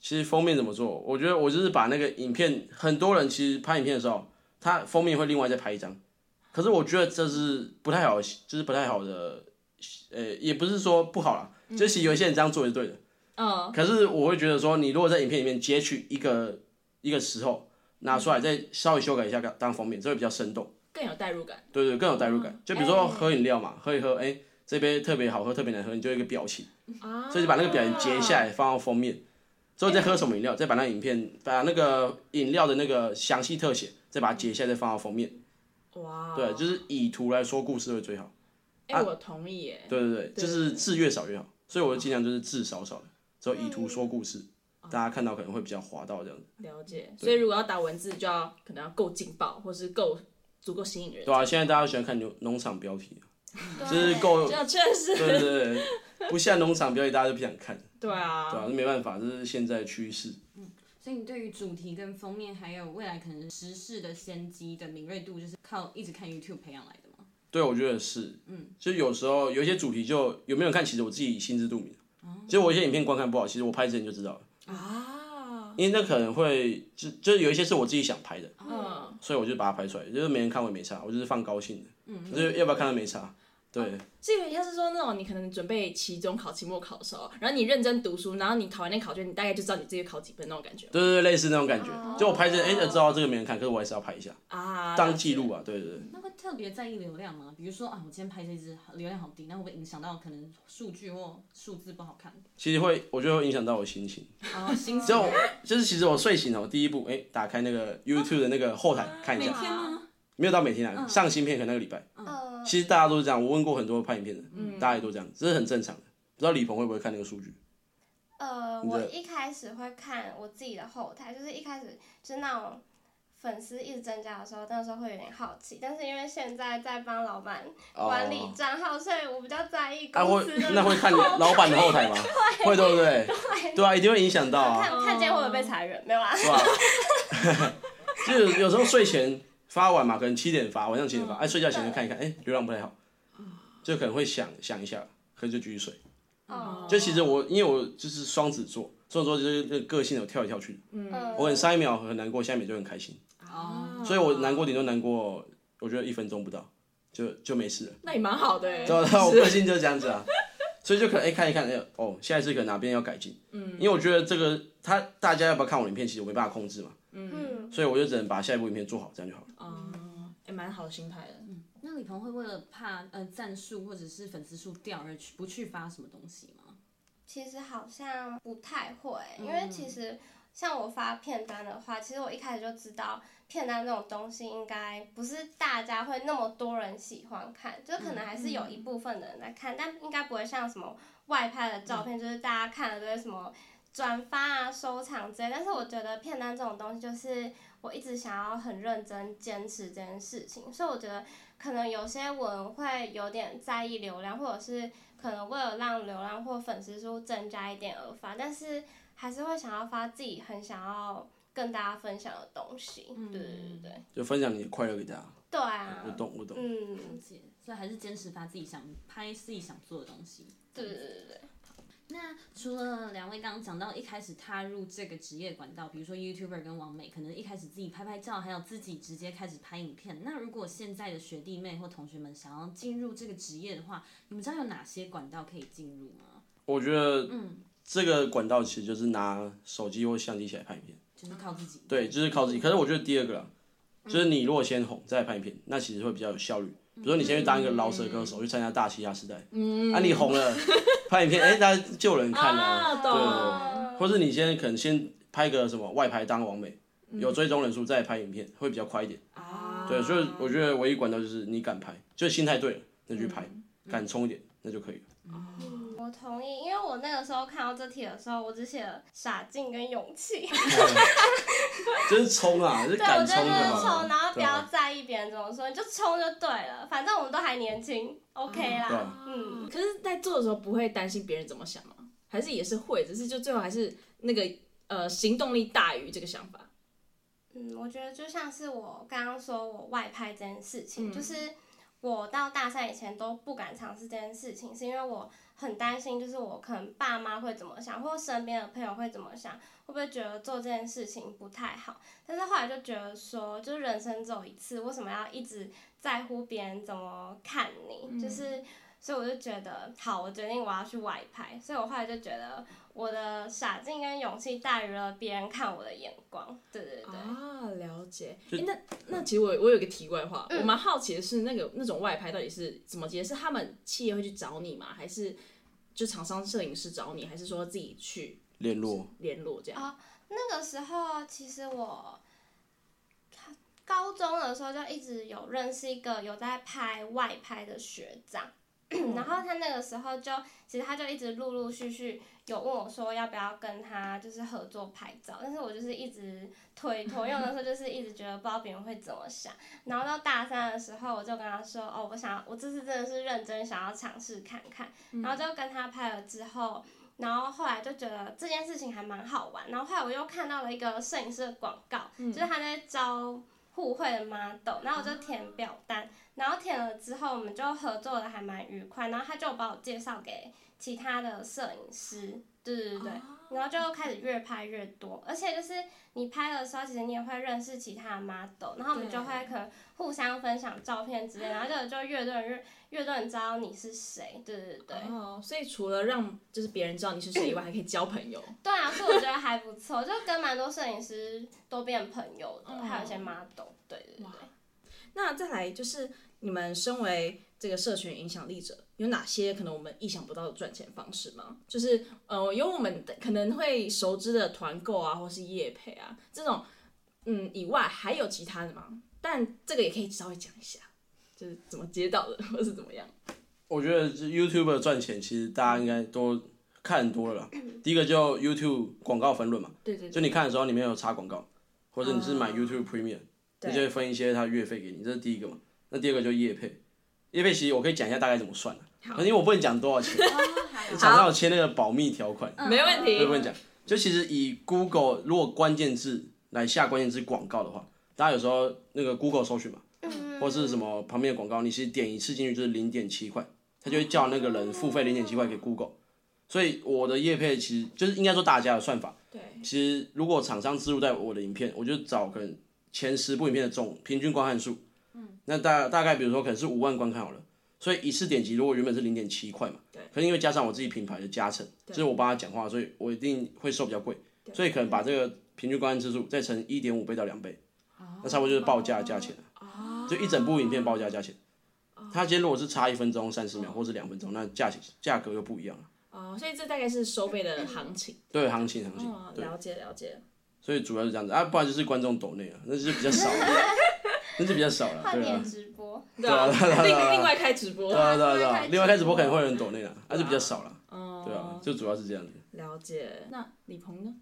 Speaker 3: 其实封面怎么做？我觉得我就是把那个影片，很多人其实拍影片的时候，他封面会另外再拍一张，可是我觉得这是不太好，就是不太好的，呃，也不是说不好啦，就是其实有一些人这样做是对的，
Speaker 2: 嗯，
Speaker 3: 可是我会觉得说，你如果在影片里面截取一个一个时候拿出来，再稍微修改一下当当封面，这会比较生动。
Speaker 2: 更有代入感。
Speaker 3: 对对，更有代入感。就比如说喝饮料嘛，喝一喝，哎、这杯特别好喝，特别难喝，你就有一个表情，
Speaker 2: 啊，
Speaker 3: 所以就把那个表情截下来放到封面，之后再喝什么饮料，再把那影片把那个饮料的那个详细特写，再把它截下来再放到封面。
Speaker 2: 哇，
Speaker 3: 对，就是啊以图来说故事会最好。
Speaker 2: 哎、我同意耶，
Speaker 3: 对对对，
Speaker 2: 对
Speaker 3: 就是字越少越好，所以我就尽量就是字少少的，之后以图说故事，大家看到可能会比较滑到这样子。
Speaker 2: 了解。所以如果要打文字，就要可能要够劲爆，或是够足够吸引人。
Speaker 3: 对啊，现在大家喜欢看牛农场标题，就
Speaker 4: 对
Speaker 3: 是够，
Speaker 2: 这
Speaker 3: 对
Speaker 2: 样确实，
Speaker 3: 对对，对不像农场标题大家就不想看，
Speaker 2: 对
Speaker 3: 对
Speaker 2: 啊，
Speaker 3: 啊，这没办法，这是现在的趋势。
Speaker 1: 所以你对于主题跟封面，还有未来可能时事的先机的敏锐度，就是靠一直看 YouTube 培养来的吗？
Speaker 3: 对，我觉得是，嗯，就有时候有一些主题就有没有人看，其实我自己心知肚明。其实我一些影片观看不好，其实我拍之前就知道了，
Speaker 2: 啊，
Speaker 3: 因为那可能会就就有一些是我自己想拍的，
Speaker 2: 嗯，
Speaker 3: 所以我就把它拍出来，就是没人看我也没差，我就是放高兴的，嗯，就是要不要看都没差，对，
Speaker 2: 这个要是说那种你可能准备期中考、期末考的时候，然后你认真读书，然后你考完那考卷，你大概就知道你自己考几分那种感觉
Speaker 3: 对对对，类似那种感觉，
Speaker 1: 哦
Speaker 3: 就我拍之前哎、知道这个没人看，可是我还是要拍一下，
Speaker 2: 啊，
Speaker 3: 当记录啊，对对对，
Speaker 1: 那会特别在意流量吗？比如说啊，我今天拍这支流量好低，那会不会影响到可能数据或数字不好看？
Speaker 3: 其实会我觉得会影响到我心情，
Speaker 1: 哦，心
Speaker 3: 就
Speaker 1: 情
Speaker 3: 我就是其实我睡醒了，我第一步哎、打开那个 YouTube 的那个后台看一
Speaker 1: 每
Speaker 3: 下，
Speaker 1: 天吗？
Speaker 3: 没有到每天啊，上新片可能那个礼拜。
Speaker 4: 嗯，
Speaker 3: 其实大家都是这样，我问过很多拍影片的，
Speaker 2: 嗯
Speaker 3: 大家也都这样，这是很正常的。不知道李鹏会不会看那个数据？
Speaker 4: 呃，
Speaker 3: 你
Speaker 4: 我
Speaker 3: 的
Speaker 4: 一开始会看我自己的后台，就是一开始就是那种粉丝一直增加的时候，那时候会有点好奇，但是因为现在在帮老板管理
Speaker 3: 哦
Speaker 4: 账号，所以我比较在意
Speaker 3: 啊，
Speaker 4: 公
Speaker 3: 会
Speaker 4: 司的。
Speaker 3: 那会看老板的后
Speaker 4: [LAUGHS]
Speaker 3: 台吗？会，对不对？对啊，一定会影响到啊，
Speaker 4: 看看见会不会被裁员？没有啊啦。
Speaker 3: 是吧？ [LAUGHS] 就是有时候睡前发完嘛，可能七点发，晚上七
Speaker 4: 嗯
Speaker 3: 点发，哎，睡觉前就看一看，哎，流量不太好，就可能会想想一下，可能就继续睡。
Speaker 4: 哦，
Speaker 3: 就其实我因为我就是双子座，双子座就是那个个性有跳来跳去，
Speaker 4: 嗯
Speaker 3: 我可能上一秒很难过，下一秒就很开心，
Speaker 2: 啊
Speaker 1: 哦，
Speaker 3: 所以
Speaker 2: 嗯
Speaker 3: 我难过顶多难过，我觉得一分钟不到，就就没事了。 [LAUGHS]
Speaker 2: 那也蛮好的耶，
Speaker 3: 对啊，对啊我个性就这样子啊，所以就可能哎、看一看，哎、哦，下一次可能哪边要改进，嗯，因为我觉得这个他大家要不要看我的影片，其实我没办法控制嘛，
Speaker 4: 嗯，
Speaker 3: 所以我就只能把下一部影片做好，这样就好了。
Speaker 1: 嗯
Speaker 2: 啊，也蛮好的心态的。
Speaker 1: 那李鹏会为了怕呃赞数或者是粉丝数掉而去不去发什么东西吗？
Speaker 4: 其实好像不太会，因为其实像我发片单的话，其实我一开始就知道片单这种东西应该不是大家会那么多人喜欢看，就可能还是有一部分的人来看，但应该不会像什么外拍的照片，就是大家看了都会什么。转发啊、收藏之类，但是我觉得片单这种东西，就是我一直想要很认真坚持这件事情，所以我觉得可能有些文会有点在意流量，或者是可能为了让流量或粉丝数增加一点而发，但是还是会想要发自己很想要跟大家分享的东西。对对对对，
Speaker 3: 就分享你的快乐给大家，
Speaker 4: 对啊
Speaker 3: 我，懂我懂。
Speaker 1: 了
Speaker 4: 嗯，
Speaker 1: 解，所以还是坚持发自己想拍、自己想做的东西。
Speaker 4: 对对对对
Speaker 1: 那除了两位刚刚讲到一开始踏入这个职业管道，比如说 YouTuber 跟网美，可能一开始自己拍拍照，还有自己直接开始拍影片。那如果现在的学弟妹或同学们想要进入这个职业的话，你们知道有哪些管道可以进入吗？
Speaker 3: 我觉得这个管道其实就是拿手机或相机起来拍影片，
Speaker 1: 就是靠自己。
Speaker 3: 对，就是靠自己。可是我觉得第二个啦，
Speaker 4: 嗯
Speaker 3: 就是你如果先红再来拍影片，那其实会比较有效率。比如说你先去当一个饶舌歌
Speaker 4: 嗯
Speaker 3: 手，去参加大嘻哈时代，嗯，啊你红了，拍影片，哎、大家就有人看啦、
Speaker 2: 啊，懂。
Speaker 3: 或是你先可能先拍个什么外拍当完美，
Speaker 4: 嗯
Speaker 3: 有追踪人数再拍影片会比较快一点。
Speaker 2: 啊，
Speaker 3: 对，所以我觉得唯一管道就是你敢拍，就心态对了，那就去拍，敢冲一点，那就可以了。
Speaker 4: 嗯我同意，因为我那个时候看到这题的时候，我只写了傻劲跟勇气，
Speaker 3: 就是冲啊，就是
Speaker 4: 对我
Speaker 3: [LAUGHS] 敢
Speaker 4: 觉
Speaker 3: 冲
Speaker 4: 得就
Speaker 3: 的
Speaker 4: 是
Speaker 3: 嘛
Speaker 4: 冲，然后不
Speaker 3: 对
Speaker 4: 要
Speaker 3: 啊，
Speaker 4: 在意别人怎么说，你就冲就对了，反正我们都还年轻，OK
Speaker 3: 对
Speaker 4: 啦
Speaker 3: 啊，
Speaker 4: 嗯，
Speaker 2: 可是，在做的时候不会担心别人怎么想吗？还是也是会，只是就最后还是那个呃行动力大于这个想法。
Speaker 4: 嗯，我觉得就像是我刚刚说我外拍这件事情，就是我到大三以前都不敢尝试这件事情，是因为我很担心，就是我可能爸妈会怎么想，或身边的朋友会怎么想，会不会觉得做这件事情不太好？但是后来就觉得说，就是人生只有一次，为什么要一直在乎别人怎么看你？就是所以我就觉得好，我决定我要去外拍，所以我后来就觉得我的傻劲跟勇气大于了别人看我的眼光，对对对，
Speaker 2: 啊，了解。
Speaker 3: 就
Speaker 2: 诶那那其实我我有一个题外话，我蛮好奇的是，那个那种外拍到底是怎么接？是他们企业会去找你吗？还是就厂商摄影师找你，还是说自己去
Speaker 3: 联络。
Speaker 2: 联络这样？
Speaker 4: 那个时候其实我高中的时候就一直有认识一个有在拍外拍的学长，然后他那个时候就其实他就一直陆陆续续有问我说要不要跟他就是合作拍照，但是我就是一直推脱，因为我那时候就是一直觉得不知道别人会怎么想。然后到大三的时候，我就跟他说哦，我想我这次真的是认真想要尝试看看，然后就跟他拍了之后。然后后来就觉得这件事情还蛮好玩，然后后来我又看到了一个摄影师的广告，就是他在招互惠的 model，然后我就填表单，然后填了之后我们就合作的还蛮愉快，然后他就把我介绍给其他的摄影师，对对对对，
Speaker 2: 哦
Speaker 4: 然后就开始越拍越多，而且就是你拍的时候，其实你也会认识其他的 model，然后我们就会可能互相分享照片之类，然后就就越多人越越多人知道你是谁，对对对。
Speaker 2: 哦，所以除了让就是别人知道你是谁以外，还可以交朋友。
Speaker 4: 对啊，所以我觉得还不错，就跟蛮多摄影师都变朋友的，
Speaker 2: 嗯
Speaker 4: 还有一些 model，对对对。
Speaker 2: 那再来就是你们身为这个社群影响力者，有哪些可能我们意想不到的赚钱方式吗？就是呃，有我们的可能会熟知的团购啊，或是业配啊这种，嗯，以外还有其他的吗？但这个也可以稍微讲一下，就是怎么接到的，或是怎么样。
Speaker 3: 我觉得 YouTube 赚钱，其实大家应该都看多了啦。第一个就 YouTube 广告分论嘛，
Speaker 2: 对对
Speaker 3: 就
Speaker 2: 对，
Speaker 3: 你看的时候里面有插广告，或者你是买
Speaker 2: 哦
Speaker 3: YouTube Premium，
Speaker 2: 对
Speaker 3: 那就会分一些它月费给你，这是第一个嘛。那第二个就业配，业配其实我可以讲一下大概怎么算、啊，
Speaker 2: 好哦
Speaker 3: 可是因为我不能讲多少钱，
Speaker 1: 哦
Speaker 3: 厂商有签那个保密条款，
Speaker 1: 嗯
Speaker 2: 没问
Speaker 3: 所
Speaker 2: 题
Speaker 3: 以不能讲。就其实以 Google 如果关键字来下关键字广告的话，大家有时候那个 Google 搜寻嘛，
Speaker 4: 嗯
Speaker 3: 或是什么旁边的广告，你其实点一次进去就是零点七块，他就会叫那个人付费零点七块给 Google。所以我的业配其实就是应该说大家的算法，
Speaker 2: 对，
Speaker 3: 其实如果厂商植入在我的影片，我就找可能前十部影片的总平均观看数，嗯，那大大概比如说可能是五万观看好了，所以一次点击如果原本是零点七块嘛，
Speaker 2: 对，
Speaker 3: 可能因为加上我自己品牌的加成，就是我帮他讲话，所以我一定会收比较贵，所以可能把这个平均观看次数再乘一点五倍到两倍，
Speaker 2: 哦
Speaker 3: 那差不多就是报价的价钱了，就一整部影片报价的价钱。
Speaker 2: 哦
Speaker 3: 他今天如果是差一分钟三十秒或是两分钟，那价钱价格又不一样了。
Speaker 2: 哦，所以这大概是收费的行情。
Speaker 3: 对，行情行情，
Speaker 2: 哦，
Speaker 3: 对。
Speaker 2: 了解了解。
Speaker 3: 所以主要是这样子啊，不然就是观众抖内啊，那就是比较少， [LAUGHS] 那就比较少了，
Speaker 4: 嗯换
Speaker 3: 对啊
Speaker 4: 点，直播，
Speaker 2: 对啊，
Speaker 3: 对啊
Speaker 2: 另另外开直播
Speaker 3: 对。啊对啊对
Speaker 4: 换
Speaker 3: 啊
Speaker 4: 开，
Speaker 3: 另外开直播可能会有人抖内了，啊那就比较少了，
Speaker 2: 哦，
Speaker 3: 对啊，就主要是这样子。
Speaker 2: 了解。那李鹏呢？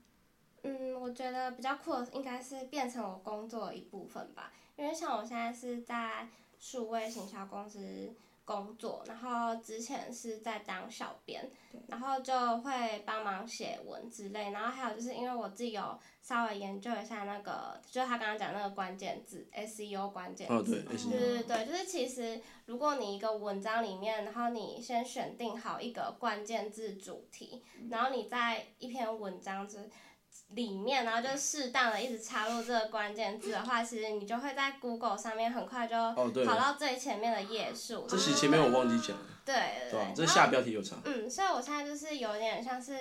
Speaker 4: 嗯，我觉得比较酷的应该是变成我工作的一部分吧，因为像我现在是在数位行销公司工作，然后之前是在当小编，然后就会帮忙写文之类，然后还有就是因为我自己有稍微研究一下那个，就是他刚刚讲那个关键字 SEO 关键
Speaker 3: 哦对，
Speaker 4: 字
Speaker 2: 嗯
Speaker 4: 对对对，就是其实如果你一个文章里面，然后你先选定好一个关键字主题，
Speaker 3: 嗯
Speaker 4: 然后你在一篇文章之里面，然后就适当的一直插入这个关键字的话，其实你就会在 Google 上面很快就
Speaker 3: 哦对
Speaker 4: 跑，到最前面的页数。
Speaker 3: 这期前面我忘记讲了，
Speaker 4: 对对
Speaker 3: 对吧？这
Speaker 4: 然后
Speaker 3: 下标题有差，
Speaker 4: 嗯，所以我现在就是有点像是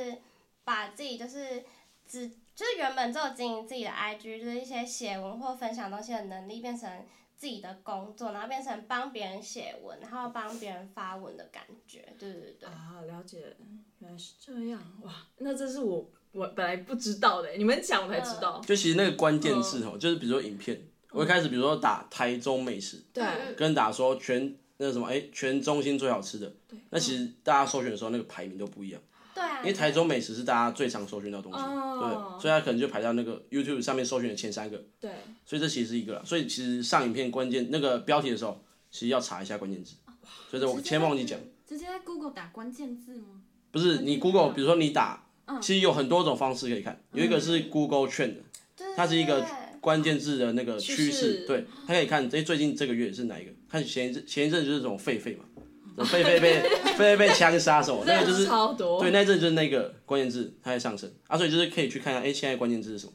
Speaker 4: 把自己就是只就是原本只有经营自己的 IG，就是一些写文或分享东西的能力，变成自己的工作，然后变成帮别人写文，然后帮别人发文的感觉。对对对，
Speaker 2: 啊，了解，原来是这样哇！那这是我我本来不知道的，你们讲我才知道。
Speaker 3: 就其实那个关键字哦，就是比如说影片，我一开始比如说打台中美食，
Speaker 2: 对，啊
Speaker 4: 嗯
Speaker 3: 跟打说全那什么，哎，全中心最好吃的，那其实大家搜寻的时候那个排名都不一样。
Speaker 4: 对啊，
Speaker 3: 因为台中美食是大家最常搜寻到的东西，
Speaker 2: 哦
Speaker 3: 对，所以它可能就排到那个 YouTube 上面搜寻的前三个，
Speaker 2: 对，
Speaker 3: 所以这其实是一个啦。所以其实上影片关键那个标题的时候，其实要查一下关键字，所以这我前面忘记讲，
Speaker 1: 直接在 Google 打关键字吗？
Speaker 3: 不是你 Google，比如说你打，其实有很多种方式可以看，有一个是 Google Trend，的
Speaker 4: 对
Speaker 3: 它是一个
Speaker 4: 对对
Speaker 3: 关键字的那个趋
Speaker 2: 趋势
Speaker 3: 势，对，它可以看哎最近这个月是哪一个，看前一阵前一阵就是这种狒狒嘛，这种狒狒被 [LAUGHS] 狒狒被枪杀什么，那个就是
Speaker 2: 超多。
Speaker 3: 对，那一阵就是那个关键字它在上升啊，所以就是可以去看一下，哎、现在关键字是什么，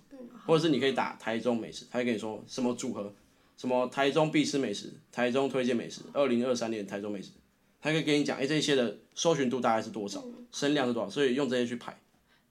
Speaker 3: 或者是你可以打台中美食，它会跟你说什么组合，什么台中必吃美食，台中推荐美食，二零二三年台中美食，他可以跟你讲，哎、这一些的搜寻度大概是多少，声量是多少，所以用这些去排，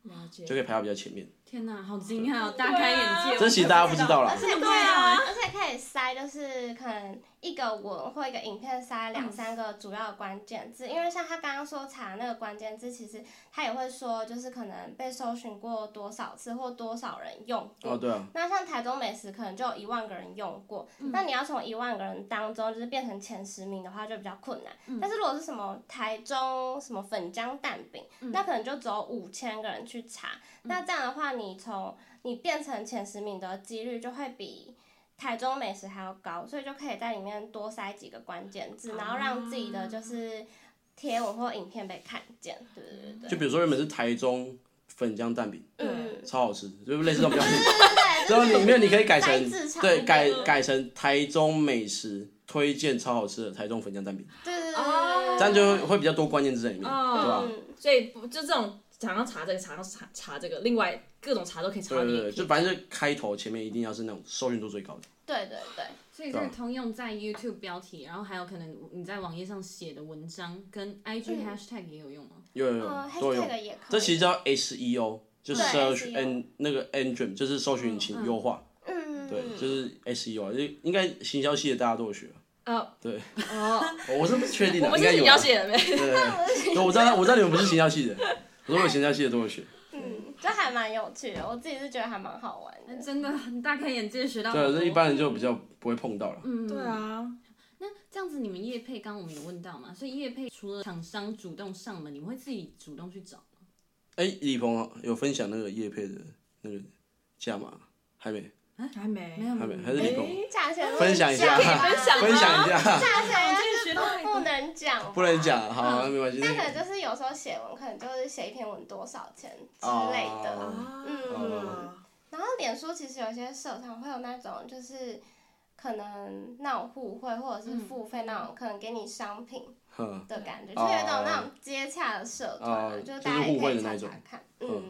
Speaker 2: 了解
Speaker 3: 就可以排到比较前面。
Speaker 1: 天哪，好惊讶哦，大开眼界。
Speaker 3: 这其实大家不知道啦
Speaker 4: 而且
Speaker 1: 对啊
Speaker 4: 而且可以塞，就是可能一个文或一个影片塞两三个主要的关键字，因为像他刚刚说查那个关键字，其实他也会说，就是可能被搜寻过多少次或多少人用过。
Speaker 3: 哦，对啊，
Speaker 4: 那像台中美食可能就有一万个人用过，那你要从一万个人当中就是变成前十名的话就比较困难。但是如果是什么台中什么粉浆蛋饼，那可能就只有五千个人去查。那这样的话，你从你变成前十名的几率就会比。台中美食还要高，所以就可以在里面多塞几个关键字，然后让自己的就是贴文或影片被看见，对对
Speaker 3: 就
Speaker 4: 对对，
Speaker 3: 比如说原本是台中粉浆蛋饼，
Speaker 4: 嗯，
Speaker 3: 超好吃，就是类似这种标题。
Speaker 4: 对对
Speaker 3: 之后
Speaker 4: 对，就是
Speaker 3: 里面你可以改
Speaker 4: 摘
Speaker 3: 成
Speaker 4: 自产
Speaker 3: 对
Speaker 4: 的
Speaker 3: 改
Speaker 4: 那个
Speaker 3: 改成台中美食推荐超好吃的台中粉浆蛋饼，
Speaker 4: 对对对
Speaker 2: 哦
Speaker 4: 对，
Speaker 3: 这样就会比较多关键字在里面，对吧？
Speaker 4: 嗯
Speaker 2: 所以不就这种想要查这个，想要查查这个，另外各种查都可以查到你
Speaker 3: 对对
Speaker 2: 的
Speaker 3: 对，
Speaker 2: 影
Speaker 3: 就
Speaker 2: 片。
Speaker 3: 反正就开头前面一定要是那种搜寻度最高的。
Speaker 4: 对对对，
Speaker 1: 所以这个
Speaker 3: 嗯
Speaker 1: 通用在 YouTube 标题，然后还有可能你在网页上写的文章跟 IG
Speaker 4: 嗯
Speaker 1: hashtag 也有用吗？
Speaker 3: 有有有
Speaker 4: 嗯，
Speaker 3: 都有。
Speaker 4: ，hashtag 也可以。
Speaker 3: 这其实叫 SEO，就
Speaker 4: 对 E
Speaker 3: search
Speaker 4: SEO
Speaker 3: and 那个 engine 就是搜寻引擎优化，
Speaker 4: 嗯，
Speaker 3: 对，就是 SEO 啊，就应该行销系的大家都有学啊。
Speaker 2: 呃，
Speaker 3: 对，
Speaker 2: 哦，
Speaker 3: 哦我是不确定
Speaker 2: 我
Speaker 3: 的，
Speaker 2: 们
Speaker 3: 应该
Speaker 2: 是
Speaker 3: 有
Speaker 2: 你
Speaker 3: 啊。
Speaker 2: 要写的呗。
Speaker 3: 对对对，对我知道，我知道你们不是行销系的，我说我行销系的都有
Speaker 4: [LAUGHS]
Speaker 3: 学。
Speaker 4: 嗯， [LAUGHS] 这还蛮有趣的，我自己是觉得还蛮好玩
Speaker 1: 那
Speaker 4: 的。
Speaker 1: 真的很大开眼界，学到好
Speaker 3: 对，
Speaker 1: 多
Speaker 3: 这一般人就比较不会碰到了。
Speaker 1: 嗯，
Speaker 2: 对。啊，
Speaker 1: 那这样子，你们业配刚刚我们有问到嘛？所以业配除了厂商主动上门，你们会自己主动去找吗？
Speaker 3: 哎，李鹏有分享那个叶配的那个价码还没？
Speaker 2: 还没
Speaker 1: 没有
Speaker 3: 还
Speaker 1: 没
Speaker 3: 没
Speaker 1: 有，
Speaker 3: 还是
Speaker 1: 没
Speaker 3: 李
Speaker 1: 有
Speaker 3: 鹏
Speaker 4: 价钱
Speaker 3: 分享一下
Speaker 4: 不能讲
Speaker 2: 可以分享吗
Speaker 3: 分享一下，
Speaker 4: 价钱
Speaker 2: 我真的学到
Speaker 4: 不不能讲，
Speaker 3: 不能。讲，好，没关系。
Speaker 4: 但可能就是有时候写文，可能就是写一篇文多少钱之类的。
Speaker 3: 哦
Speaker 2: 啊，
Speaker 4: 嗯，然后脸书其实有一些社团会有那种就是。可能那种互惠或者是付费那种，可能给你商品
Speaker 3: 嗯，
Speaker 4: 的感觉，
Speaker 3: 嗯
Speaker 4: 就有一种那种接洽的社团
Speaker 3: 哦，
Speaker 4: 啊就是
Speaker 3: 就是
Speaker 4: 大家也
Speaker 3: 互
Speaker 4: 可
Speaker 3: 惠的
Speaker 4: 以
Speaker 3: 那
Speaker 4: 查
Speaker 3: 种
Speaker 4: 查看。嗯，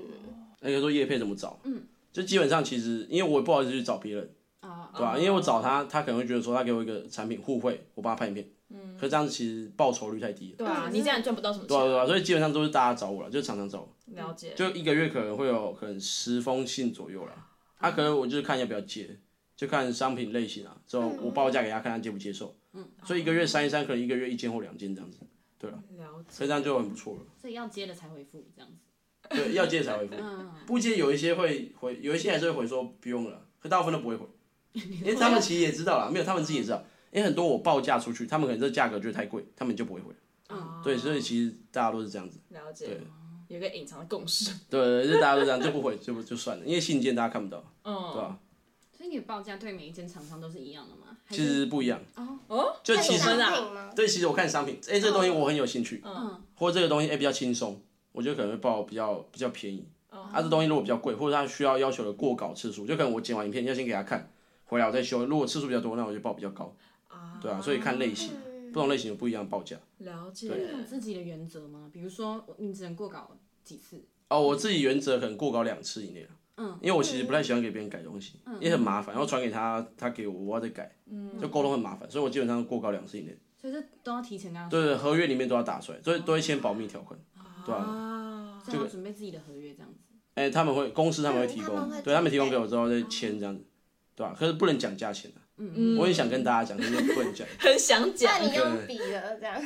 Speaker 3: 那个说叶配怎么找？
Speaker 1: 嗯，
Speaker 3: 就基本上其实因为我也不好意思去找别人。
Speaker 1: 啊，
Speaker 3: 对吧、
Speaker 2: 哦
Speaker 3: 因为我找他，他可能会觉得说他给我一个产品互惠，我帮他拍影片，嗯，可是这样子其实报酬率太低了，
Speaker 2: 对啊，你这样赚不到什么
Speaker 3: 对啊对
Speaker 2: 钱。
Speaker 3: 啊啊，所以基本上都是大家找我了，就常常找我，
Speaker 2: 了解。
Speaker 3: 就一个月可能会有可能十封信左右啦，他、可能我就是看要不要接，就看商品类型啊，之后我报价给他看他接不接受，嗯，所以一个月删一删，可能一个月一件或两件这样子，对啊，
Speaker 2: 了
Speaker 3: 所以这样就很不错了，
Speaker 1: 所以要接了才回复这样子。 [LAUGHS]
Speaker 3: 对，要接才回复，
Speaker 1: 嗯，
Speaker 3: 不接有一些会回，有一些还是会回说不用了，可大部分都不会
Speaker 1: [LAUGHS]
Speaker 3: 回，因为他们其实也知道啦，没有他们自己也知道，因为很多我报价出去，他们可能这价格觉得太贵，他们就不会回。
Speaker 1: 哦
Speaker 2: 嗯
Speaker 3: 对，所以其实大家都是这样子，
Speaker 2: 了解
Speaker 3: 对，
Speaker 2: 有一个隐藏的共识。
Speaker 3: 对对，对就大家都这样就不回就不就算了，因为信件大家看不到，
Speaker 1: 哦
Speaker 3: 对吧、
Speaker 2: 嗯，
Speaker 1: 所以你的报价对每一间厂商都是一样的吗？还
Speaker 3: 其
Speaker 1: 是
Speaker 3: 实不一样，
Speaker 2: 哦，
Speaker 3: 就
Speaker 4: 那
Speaker 3: 其
Speaker 4: 是
Speaker 3: 实
Speaker 4: 商
Speaker 2: 分啊
Speaker 4: 品吗？
Speaker 3: 对，其实我看商品，哎、这个东西我很有兴趣，
Speaker 1: 嗯，
Speaker 3: 或者这个东西哎、诶比较轻松，我就可能会报比较比较便宜。啊，这东西如果比较贵，或者他需要要求的过稿次数，就可能我剪完影片要先给他看，回来我再修。如果次数比较多，那我就报比较高。对啊，所以看类型，
Speaker 4: 嗯
Speaker 3: 不同类型有不一样的报价。
Speaker 2: 了解。
Speaker 1: 你有自己的原则吗？比如说我你只能过稿几次？
Speaker 3: 哦，我自己原则可能过稿两次以内了。嗯，因为我其实不太喜欢给别人改东西，也很麻烦，然后传给他，他给我，我要再改，就沟通很麻烦，所以我基本上过稿两次以内。
Speaker 1: 所以这都要提前跟他说，
Speaker 3: 对对，合约里面都要打出来，所以都会签保密条款。对啊哦啊，
Speaker 2: 啊，
Speaker 1: 这样要准备自己的合约这样子。
Speaker 3: 哎、他们会公司他们会提
Speaker 4: 嗯他
Speaker 3: 供
Speaker 4: 们，会
Speaker 3: 对他们提供
Speaker 4: 提
Speaker 3: 给
Speaker 4: 供
Speaker 3: 我之后再签这样子，对吧、可是不能讲价钱啊，
Speaker 2: 嗯
Speaker 3: 我也想跟大家讲，可是不能讲，
Speaker 2: 很想
Speaker 4: 那
Speaker 2: 讲。
Speaker 4: 你
Speaker 3: 对
Speaker 4: 用笔了这样。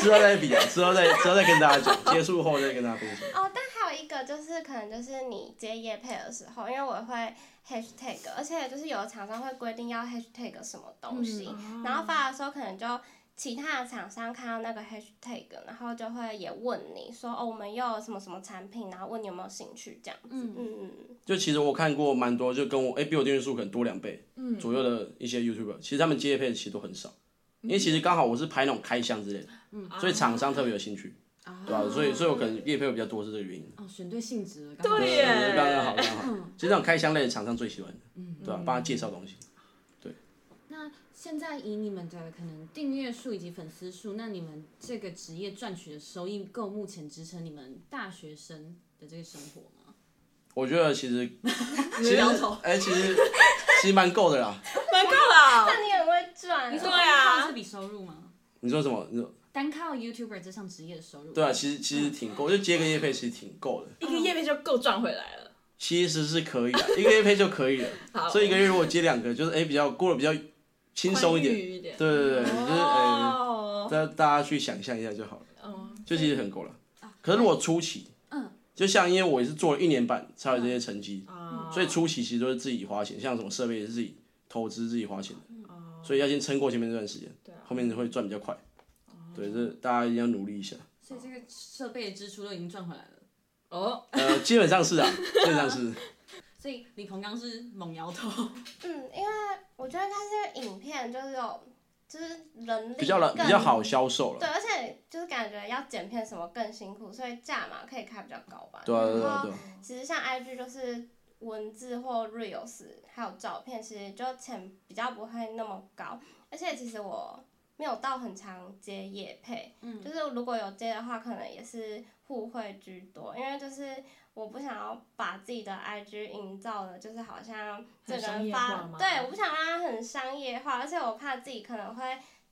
Speaker 3: 之后再比啊，之后再之后再跟大家讲，结束后再跟大家分享。
Speaker 4: 哦，但还有一个就是，可能就是你接夜配的时候，因为我会 hashtag，而且就是有的厂商会规定要 hashtag 什么东西，然后发的时候可能就其他的厂商看到那个 hashtag，然后就会也问你说哦，我们又有什么什么产品，然后问你有没有兴趣这样子。嗯嗯嗯，
Speaker 3: 就其实我看过蛮多，就跟我哎、比我订阅数可能多两倍左右的一些 YouTuber，其实他们接配其实都很少，因为其实刚好我是拍那种开箱之类的，所以厂商特别有兴趣，对吧、所以所以我可能业配比较多是这个原因。
Speaker 1: 哦，选对性质了，刚好
Speaker 2: 对耶
Speaker 3: 刚刚好，刚刚好，其实那种开箱类的厂商最喜欢的，对吧、帮他介绍东西，
Speaker 1: 那现在以你们的可能订阅数以及粉丝数，那你们这个职业赚取的收益够目前支撑你们大学生的这个生活吗？
Speaker 3: 我觉得其实
Speaker 2: [LAUGHS] 你
Speaker 3: 其
Speaker 2: 的
Speaker 3: 实
Speaker 2: 摇头，
Speaker 3: 哎、其实其实蛮够的啦。
Speaker 2: 蛮够了。
Speaker 4: 那你很会赚、哦。
Speaker 2: 对啊
Speaker 1: 靠这笔收入吗？
Speaker 3: 你说什么？你说
Speaker 1: 单靠 YouTuber 这项职业的收入，
Speaker 3: 对啊，其实其实挺够，就接个业配其实挺够
Speaker 2: 一
Speaker 3: 的，
Speaker 2: 个叶片就够赚回来了。
Speaker 3: 其实是可以的，一个月配就可以了。
Speaker 2: [LAUGHS] 好，
Speaker 3: 所以一个月如果接两个，就是哎、比较过得比较轻松一
Speaker 2: 宽
Speaker 3: 点。
Speaker 2: 裕一点。
Speaker 3: 对对对，就是哎，
Speaker 2: 哦，
Speaker 3: 大、大家去想象一下就好了，
Speaker 2: 嗯，
Speaker 3: 就其实很够了。可是如果初期，
Speaker 1: 嗯，
Speaker 3: 就像因为我也是做了一年半才有这些成绩，
Speaker 2: 啊，
Speaker 3: 所以初期其实都是自己花钱，像什么设备也是自己投资自己花钱的，
Speaker 2: 哦
Speaker 3: 所以要先撑过前面这段时间，
Speaker 2: 对啊
Speaker 3: 后面会赚比较快。对，这大家一定要努力一下。
Speaker 1: 所以这个设备的支出都已经赚回来了。
Speaker 2: 哦，
Speaker 3: 呃，基本上是啊，基本上是。
Speaker 1: 所以李鹏刚是猛摇头，
Speaker 4: 嗯，因为我觉得应该是因为影片就是有就是人力
Speaker 3: 比较了，
Speaker 4: 更
Speaker 3: 比较好销售
Speaker 4: 对，
Speaker 3: 了。
Speaker 4: 而且就是感觉要剪片什么更辛苦，所以价码可以开比较高吧。
Speaker 3: 对啊，对啊，对
Speaker 4: 然
Speaker 3: 啊
Speaker 4: 后
Speaker 3: 对啊，
Speaker 4: 其实像 IG 就是文字或 reels 还有照片，其实就钱比较不会那么高，而且其实我没有到很常接夜配，
Speaker 1: 嗯
Speaker 4: 就是如果有接的话，可能也是互惠居多，因为就是我不想要把自己的 IG 营造的，就是好像这
Speaker 2: 很
Speaker 4: 个
Speaker 2: 商
Speaker 4: 人
Speaker 2: 业化
Speaker 4: 发
Speaker 2: 吗，
Speaker 4: 对，我不想让它很商业化，而且我怕自己可能会。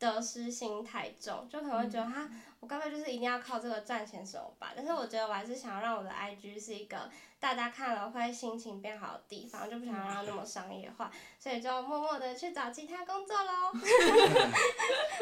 Speaker 4: 得失心太重，就可能会
Speaker 2: 嗯
Speaker 4: 觉得哈、我该不会就是一定要靠这个赚钱什么吧？但是我觉得我还是想要让我的 IG 是一个大家看了会心情变好的地方，
Speaker 2: 嗯
Speaker 4: 就不想让它那么商业化，所以就默默的去找其他工作喽。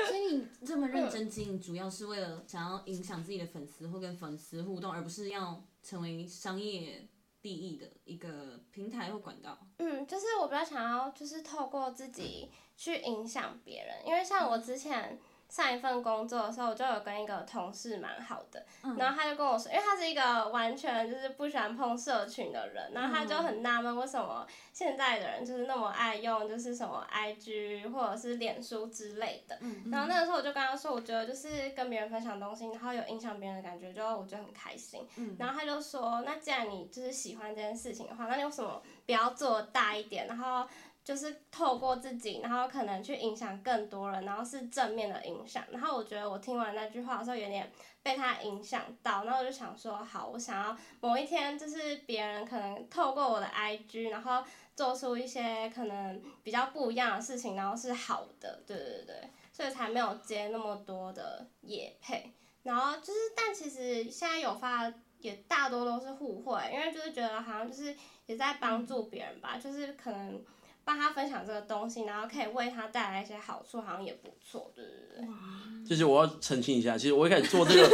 Speaker 1: 所以你这么
Speaker 4: 嗯
Speaker 1: 认真经营，主要是为了想要影响自己的粉丝或跟粉丝互动，而不是要成为商业利益的一个平台或管道。
Speaker 4: 嗯，就是我比较想要，就是透过自己去影响别人，因为像我之前上一份工作的时候，我就有跟一个同事蛮好的，
Speaker 1: 嗯
Speaker 4: 然后他就跟我说，因为他是一个完全就是不喜欢碰社群的人，然后他就很纳闷为什么现在的人就是那么爱用就是什么 IG 或者是脸书之类的，
Speaker 1: 嗯
Speaker 4: 然后那个时候我就跟他说，我觉得就是跟别人分享东西，然后有影响别人的感觉，就我觉得很开心。
Speaker 1: 嗯
Speaker 4: 然后他就说，那既然你就是喜欢这件事情的话，那你为什么不要做大一点？然后就是透过自己，然后可能去影响更多人，然后是正面的影响。然后我觉得我听完那句话的时候，有点被他影响到，然后我就想说，好，我想要某一天就是别人可能透过我的 IG，然后做出一些可能比较不一样的事情，然后是好的，对对对，所以才没有接那么多的野配。然后就是，但其实现在有发也大多都是互惠，因为就是觉得好像就是也在帮助别人吧，就是可能帮他分享这个东西，然后可以为他带来一些好处，好像也不错，对对对。
Speaker 3: 就是我要澄清一下，其实我一开始做这个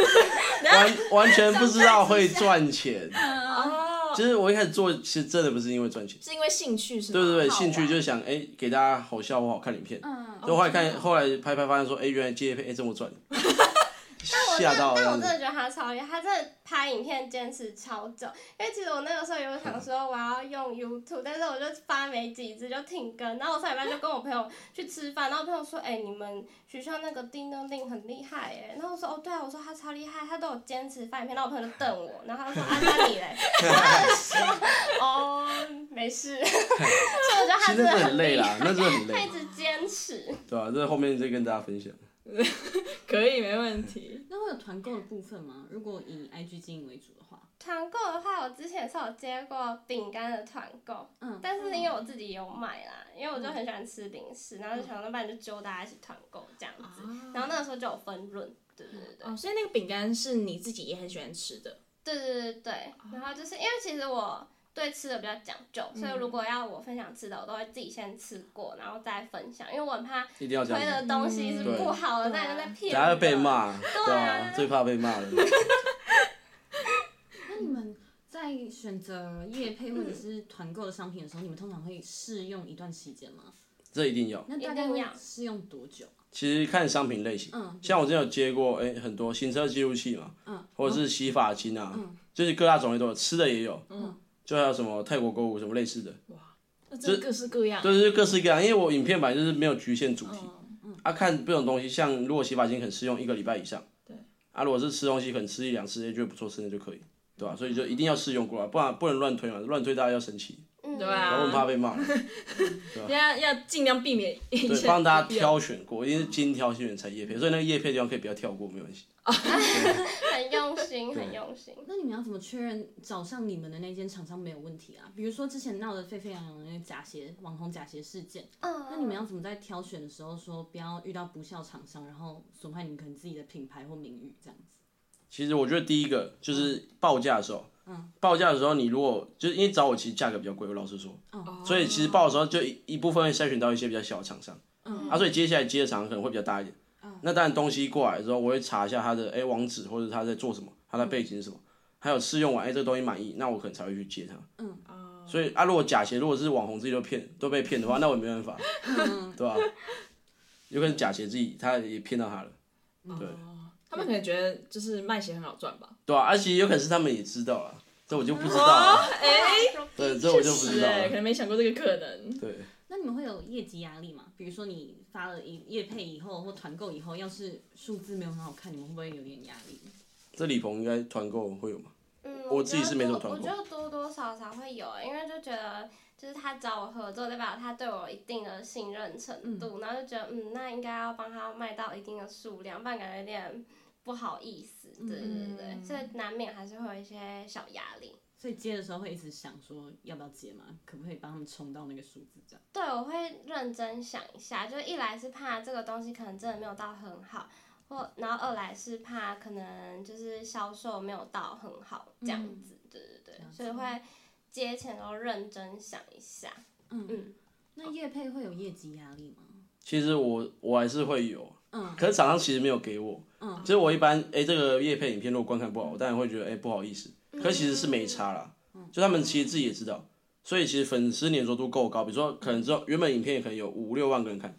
Speaker 3: 完完全不知道会赚钱，
Speaker 2: 哦，
Speaker 3: 其实我一开始做其实真的不是因为赚钱，
Speaker 2: 是因为兴趣是吗？
Speaker 3: 对对对，
Speaker 2: 好
Speaker 3: 兴趣
Speaker 2: 玩
Speaker 3: 就是想哎、给大家好笑或好看的影片，
Speaker 1: 嗯，
Speaker 3: 就后来看
Speaker 2: 真的
Speaker 3: 后来拍拍发现说哎、原来接配哎这么赚，吓
Speaker 4: 但
Speaker 3: 到
Speaker 4: 我
Speaker 3: 这样
Speaker 4: 真的但我真
Speaker 3: 子，
Speaker 4: 的觉得他超厉害，他真的拍影片坚持超久。因为其实我那个时候有想说我要用 YouTube，但是我就发没几支就停更。然后我上礼拜就跟我朋友去吃饭，然后我朋友说：“哎、你们学校那个叮咚令很厉害耶。”然后我说：“哦，对啊，我说他超厉害，他都有坚持发影片。”然后我朋友就瞪我，然后他就说：“啊，那你嘞？” [LAUGHS] 他就说：“哦，没事。” [LAUGHS] 所以我觉得
Speaker 3: 其
Speaker 4: 他
Speaker 3: 实
Speaker 4: 真的
Speaker 3: 那真的很累
Speaker 4: 厉
Speaker 3: 啦，
Speaker 4: 害，
Speaker 3: 那真的很
Speaker 4: 他一
Speaker 3: 累，
Speaker 4: 直坚持。
Speaker 3: 对吧、这后面再跟大家分享。
Speaker 2: 可以，没问题。
Speaker 1: 那会有团购的部分吗？如果以 IG 经营为主的话，
Speaker 4: 团购的话，我之前是有接过饼干的团购，
Speaker 1: 嗯
Speaker 4: 但是因为我自己有买啦，因为我就很喜欢吃零食，然后就想说，那不然就揪大家一起团购这样子。然后那个时候就有分润，对对对对
Speaker 2: 哦，所以那个饼干是你自己也很喜欢吃的。
Speaker 4: 对对对对。然后就是因为其实我对吃的比较讲究，所以如果要我分享吃的，我都会自己先吃过，然后再分享，因为我很怕
Speaker 3: 一定要这
Speaker 4: 推
Speaker 3: 样子，
Speaker 4: 的东西是不好的，
Speaker 2: 嗯对
Speaker 4: 那人在骗人。
Speaker 3: 大家被。骂，对啊
Speaker 4: 啊，
Speaker 3: 最怕被骂了。
Speaker 1: 那你们在选择业配或者是团购的商品的时候，你们通常会试用一段时间吗？
Speaker 3: 这一定要。
Speaker 1: 那大
Speaker 4: 一
Speaker 1: 概
Speaker 4: 定
Speaker 1: 会
Speaker 4: 要
Speaker 1: 试用多久？
Speaker 3: 其实看商品类型，
Speaker 1: 嗯
Speaker 3: 像我之前有接过，哎、很多行车记录器嘛，
Speaker 1: 嗯，
Speaker 3: 或者是洗发精啊，
Speaker 1: 嗯
Speaker 3: 就是各大种类都有，吃的也有，
Speaker 2: 嗯，
Speaker 3: 就还有什么泰国购物什么类似的，
Speaker 2: 那哦真的各式各样。
Speaker 3: 对，就是各式各样。因为我影片版就是没有局限主题，
Speaker 2: 嗯，
Speaker 3: 啊，看不同东西，像如果洗发精可能试用一个礼拜以上，
Speaker 2: 对，
Speaker 3: 啊，如果是吃东西可能吃一两次，哎觉得不错吃那就可以，对吧、所以就一定要试用过啊，不然不能乱推嘛，乱推大家要生气，
Speaker 4: 嗯
Speaker 2: 对啊
Speaker 3: 然后很怕被骂。
Speaker 2: 要要尽量避免一
Speaker 3: 对，
Speaker 2: 些
Speaker 3: 帮大家
Speaker 2: 不必要
Speaker 3: 挑选过，因为是精挑细选才叶配，所以那个叶配地方可以不要跳过，没关系。
Speaker 4: 很用心，
Speaker 3: 对
Speaker 4: 很用心。
Speaker 1: 那你们要怎么确认找上你们的那间厂商没有问题啊？比如说之前闹得沸沸扬扬的那个假鞋网红假鞋事件，
Speaker 4: 嗯，
Speaker 1: 那你们要怎么在挑选的时候说不要遇到不孝厂商，然后损害你们可能自己的品牌或名誉这样子？
Speaker 3: 其实我觉得第一个就是报价的时候，嗯，报价的时候你如果就是因为找我其实价格比较贵，我老实说，所以其实报的时候就一一部分会筛选到一些比较小的厂商，嗯，啊，所以接下来接的厂商可能会比较大一点，
Speaker 2: 嗯
Speaker 3: 那当然东西过来的时候，我会查一下它的哎、网址或者它在做什么，它的背景是什么，还有试用完哎、这个东西满意，那我可能才会去接它，嗯，所以啊如果假鞋如果是网红自己都骗都被骗的话，那我也没办法，
Speaker 2: 嗯
Speaker 3: [LAUGHS] 对吧、有可能假鞋自己他也骗到他了，对。
Speaker 2: 哦他们可能觉得就是卖鞋很好赚吧？
Speaker 3: 对啊，而且有可能是他们也知道了，这我就不知道了。
Speaker 2: 哎，
Speaker 3: 对，这我就不
Speaker 2: 是
Speaker 3: 知道
Speaker 2: 哎，可
Speaker 3: 了。
Speaker 2: 能没想过这个可能。
Speaker 3: 对，
Speaker 1: 那你们会有业绩压力吗？比如说你发了一业配以后或团购以后，要是数字没有很好看，你们会不会有点压力？
Speaker 3: 这李鹏应该团购会有吗？
Speaker 4: 嗯，
Speaker 3: 我自己是没怎么团
Speaker 4: 觉得多
Speaker 3: 过
Speaker 4: 我觉得多多少少会有、欸因为就觉得就是他找我合作，代表他对我有一定的信任程度，然后就觉得嗯，那应该要帮他卖到一定的数量，不然感觉有点不好意思。对对对对，所以难免还是会有一些小压力。
Speaker 1: 所以接的时候会一直想说要不要接嘛，可不可以帮他们冲到那个数字这样？
Speaker 4: 对，我会认真想一下，就一来是怕这个东西可能真的没有到很好，或然后二来是怕可能就是销售没有到很好这样子，对对对
Speaker 1: 嗯了，解
Speaker 4: 所以会接前都认真想一下。嗯
Speaker 1: 那业配会有业绩压力吗？
Speaker 3: 其实我我还是会有，
Speaker 1: 嗯
Speaker 3: 可是厂商其实没有给我。
Speaker 1: 嗯，
Speaker 3: 所以我一般哎、这个叶配影片如果观看不好，我当然会觉得哎、不好意思。可是其实是没差啦，
Speaker 1: 嗯
Speaker 3: 就他们其实自己也知道，所以其实粉丝粘着度够高。比如说，可能之后原本影片可能有五六万个人看，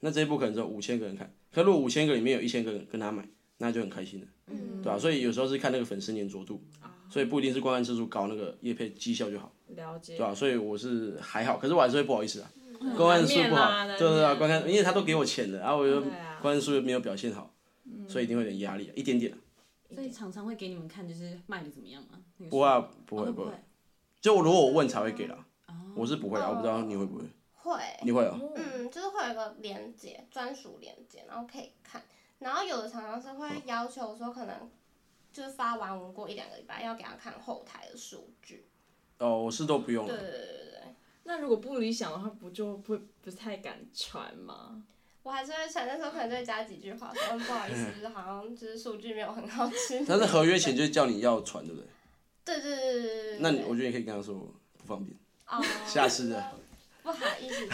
Speaker 3: 那这一部可能只有五千个人看。可如果五千个里面有一千个人跟他买，那就很开心了。
Speaker 4: 嗯，
Speaker 3: 对啊，所以有时候是看那个粉丝粘着度，
Speaker 1: 哦
Speaker 3: 所以不一定是观看次数高，那个业配绩效就好，
Speaker 2: 了解
Speaker 3: 对。啊，所以我是还好，可是我还是会不好意思啊，
Speaker 1: 嗯
Speaker 3: 观看数
Speaker 2: 难免
Speaker 3: 不好
Speaker 2: 啦，难
Speaker 3: 对对对啊，
Speaker 2: 免
Speaker 3: 观看，因为他都给我钱了，然后我又
Speaker 2: 对啊嗯
Speaker 3: 观看数又没有表现好，所以一定会有点压力，一点点啊，
Speaker 1: 所以厂商会给你们看就是卖的怎么样吗？那个数
Speaker 3: 不会啊
Speaker 1: 字
Speaker 3: 不会
Speaker 1: 哦
Speaker 3: 不
Speaker 1: 不
Speaker 3: 会就如果我问才会给啦，
Speaker 1: 哦
Speaker 3: 我是不会啦，
Speaker 4: 哦
Speaker 3: 我不知道你会不会，
Speaker 2: 哦
Speaker 4: 会，
Speaker 3: 你会啊？
Speaker 4: 嗯，就是会有一个连接，专属连接，然后可以看。然后有的常常是
Speaker 3: 嗯
Speaker 4: 会要求说，可能就是发完文过一两个礼拜，要给他看后台的数据。
Speaker 3: 哦，我是都不用
Speaker 4: 对对
Speaker 3: 了，
Speaker 4: 对对对，
Speaker 2: 那如果不理想的话，不就不不太敢穿吗？
Speaker 4: 我还是会传，那时候可能就会加几句话说，嗯不好意思，就是好像就是数据没有很好吃。
Speaker 3: 但是合约前就叫你要传，对不对？
Speaker 4: 对对对对对对。
Speaker 3: 那你我觉得你可以跟他说不方便，啊
Speaker 4: 哦，
Speaker 3: 下次的
Speaker 4: 不好意思，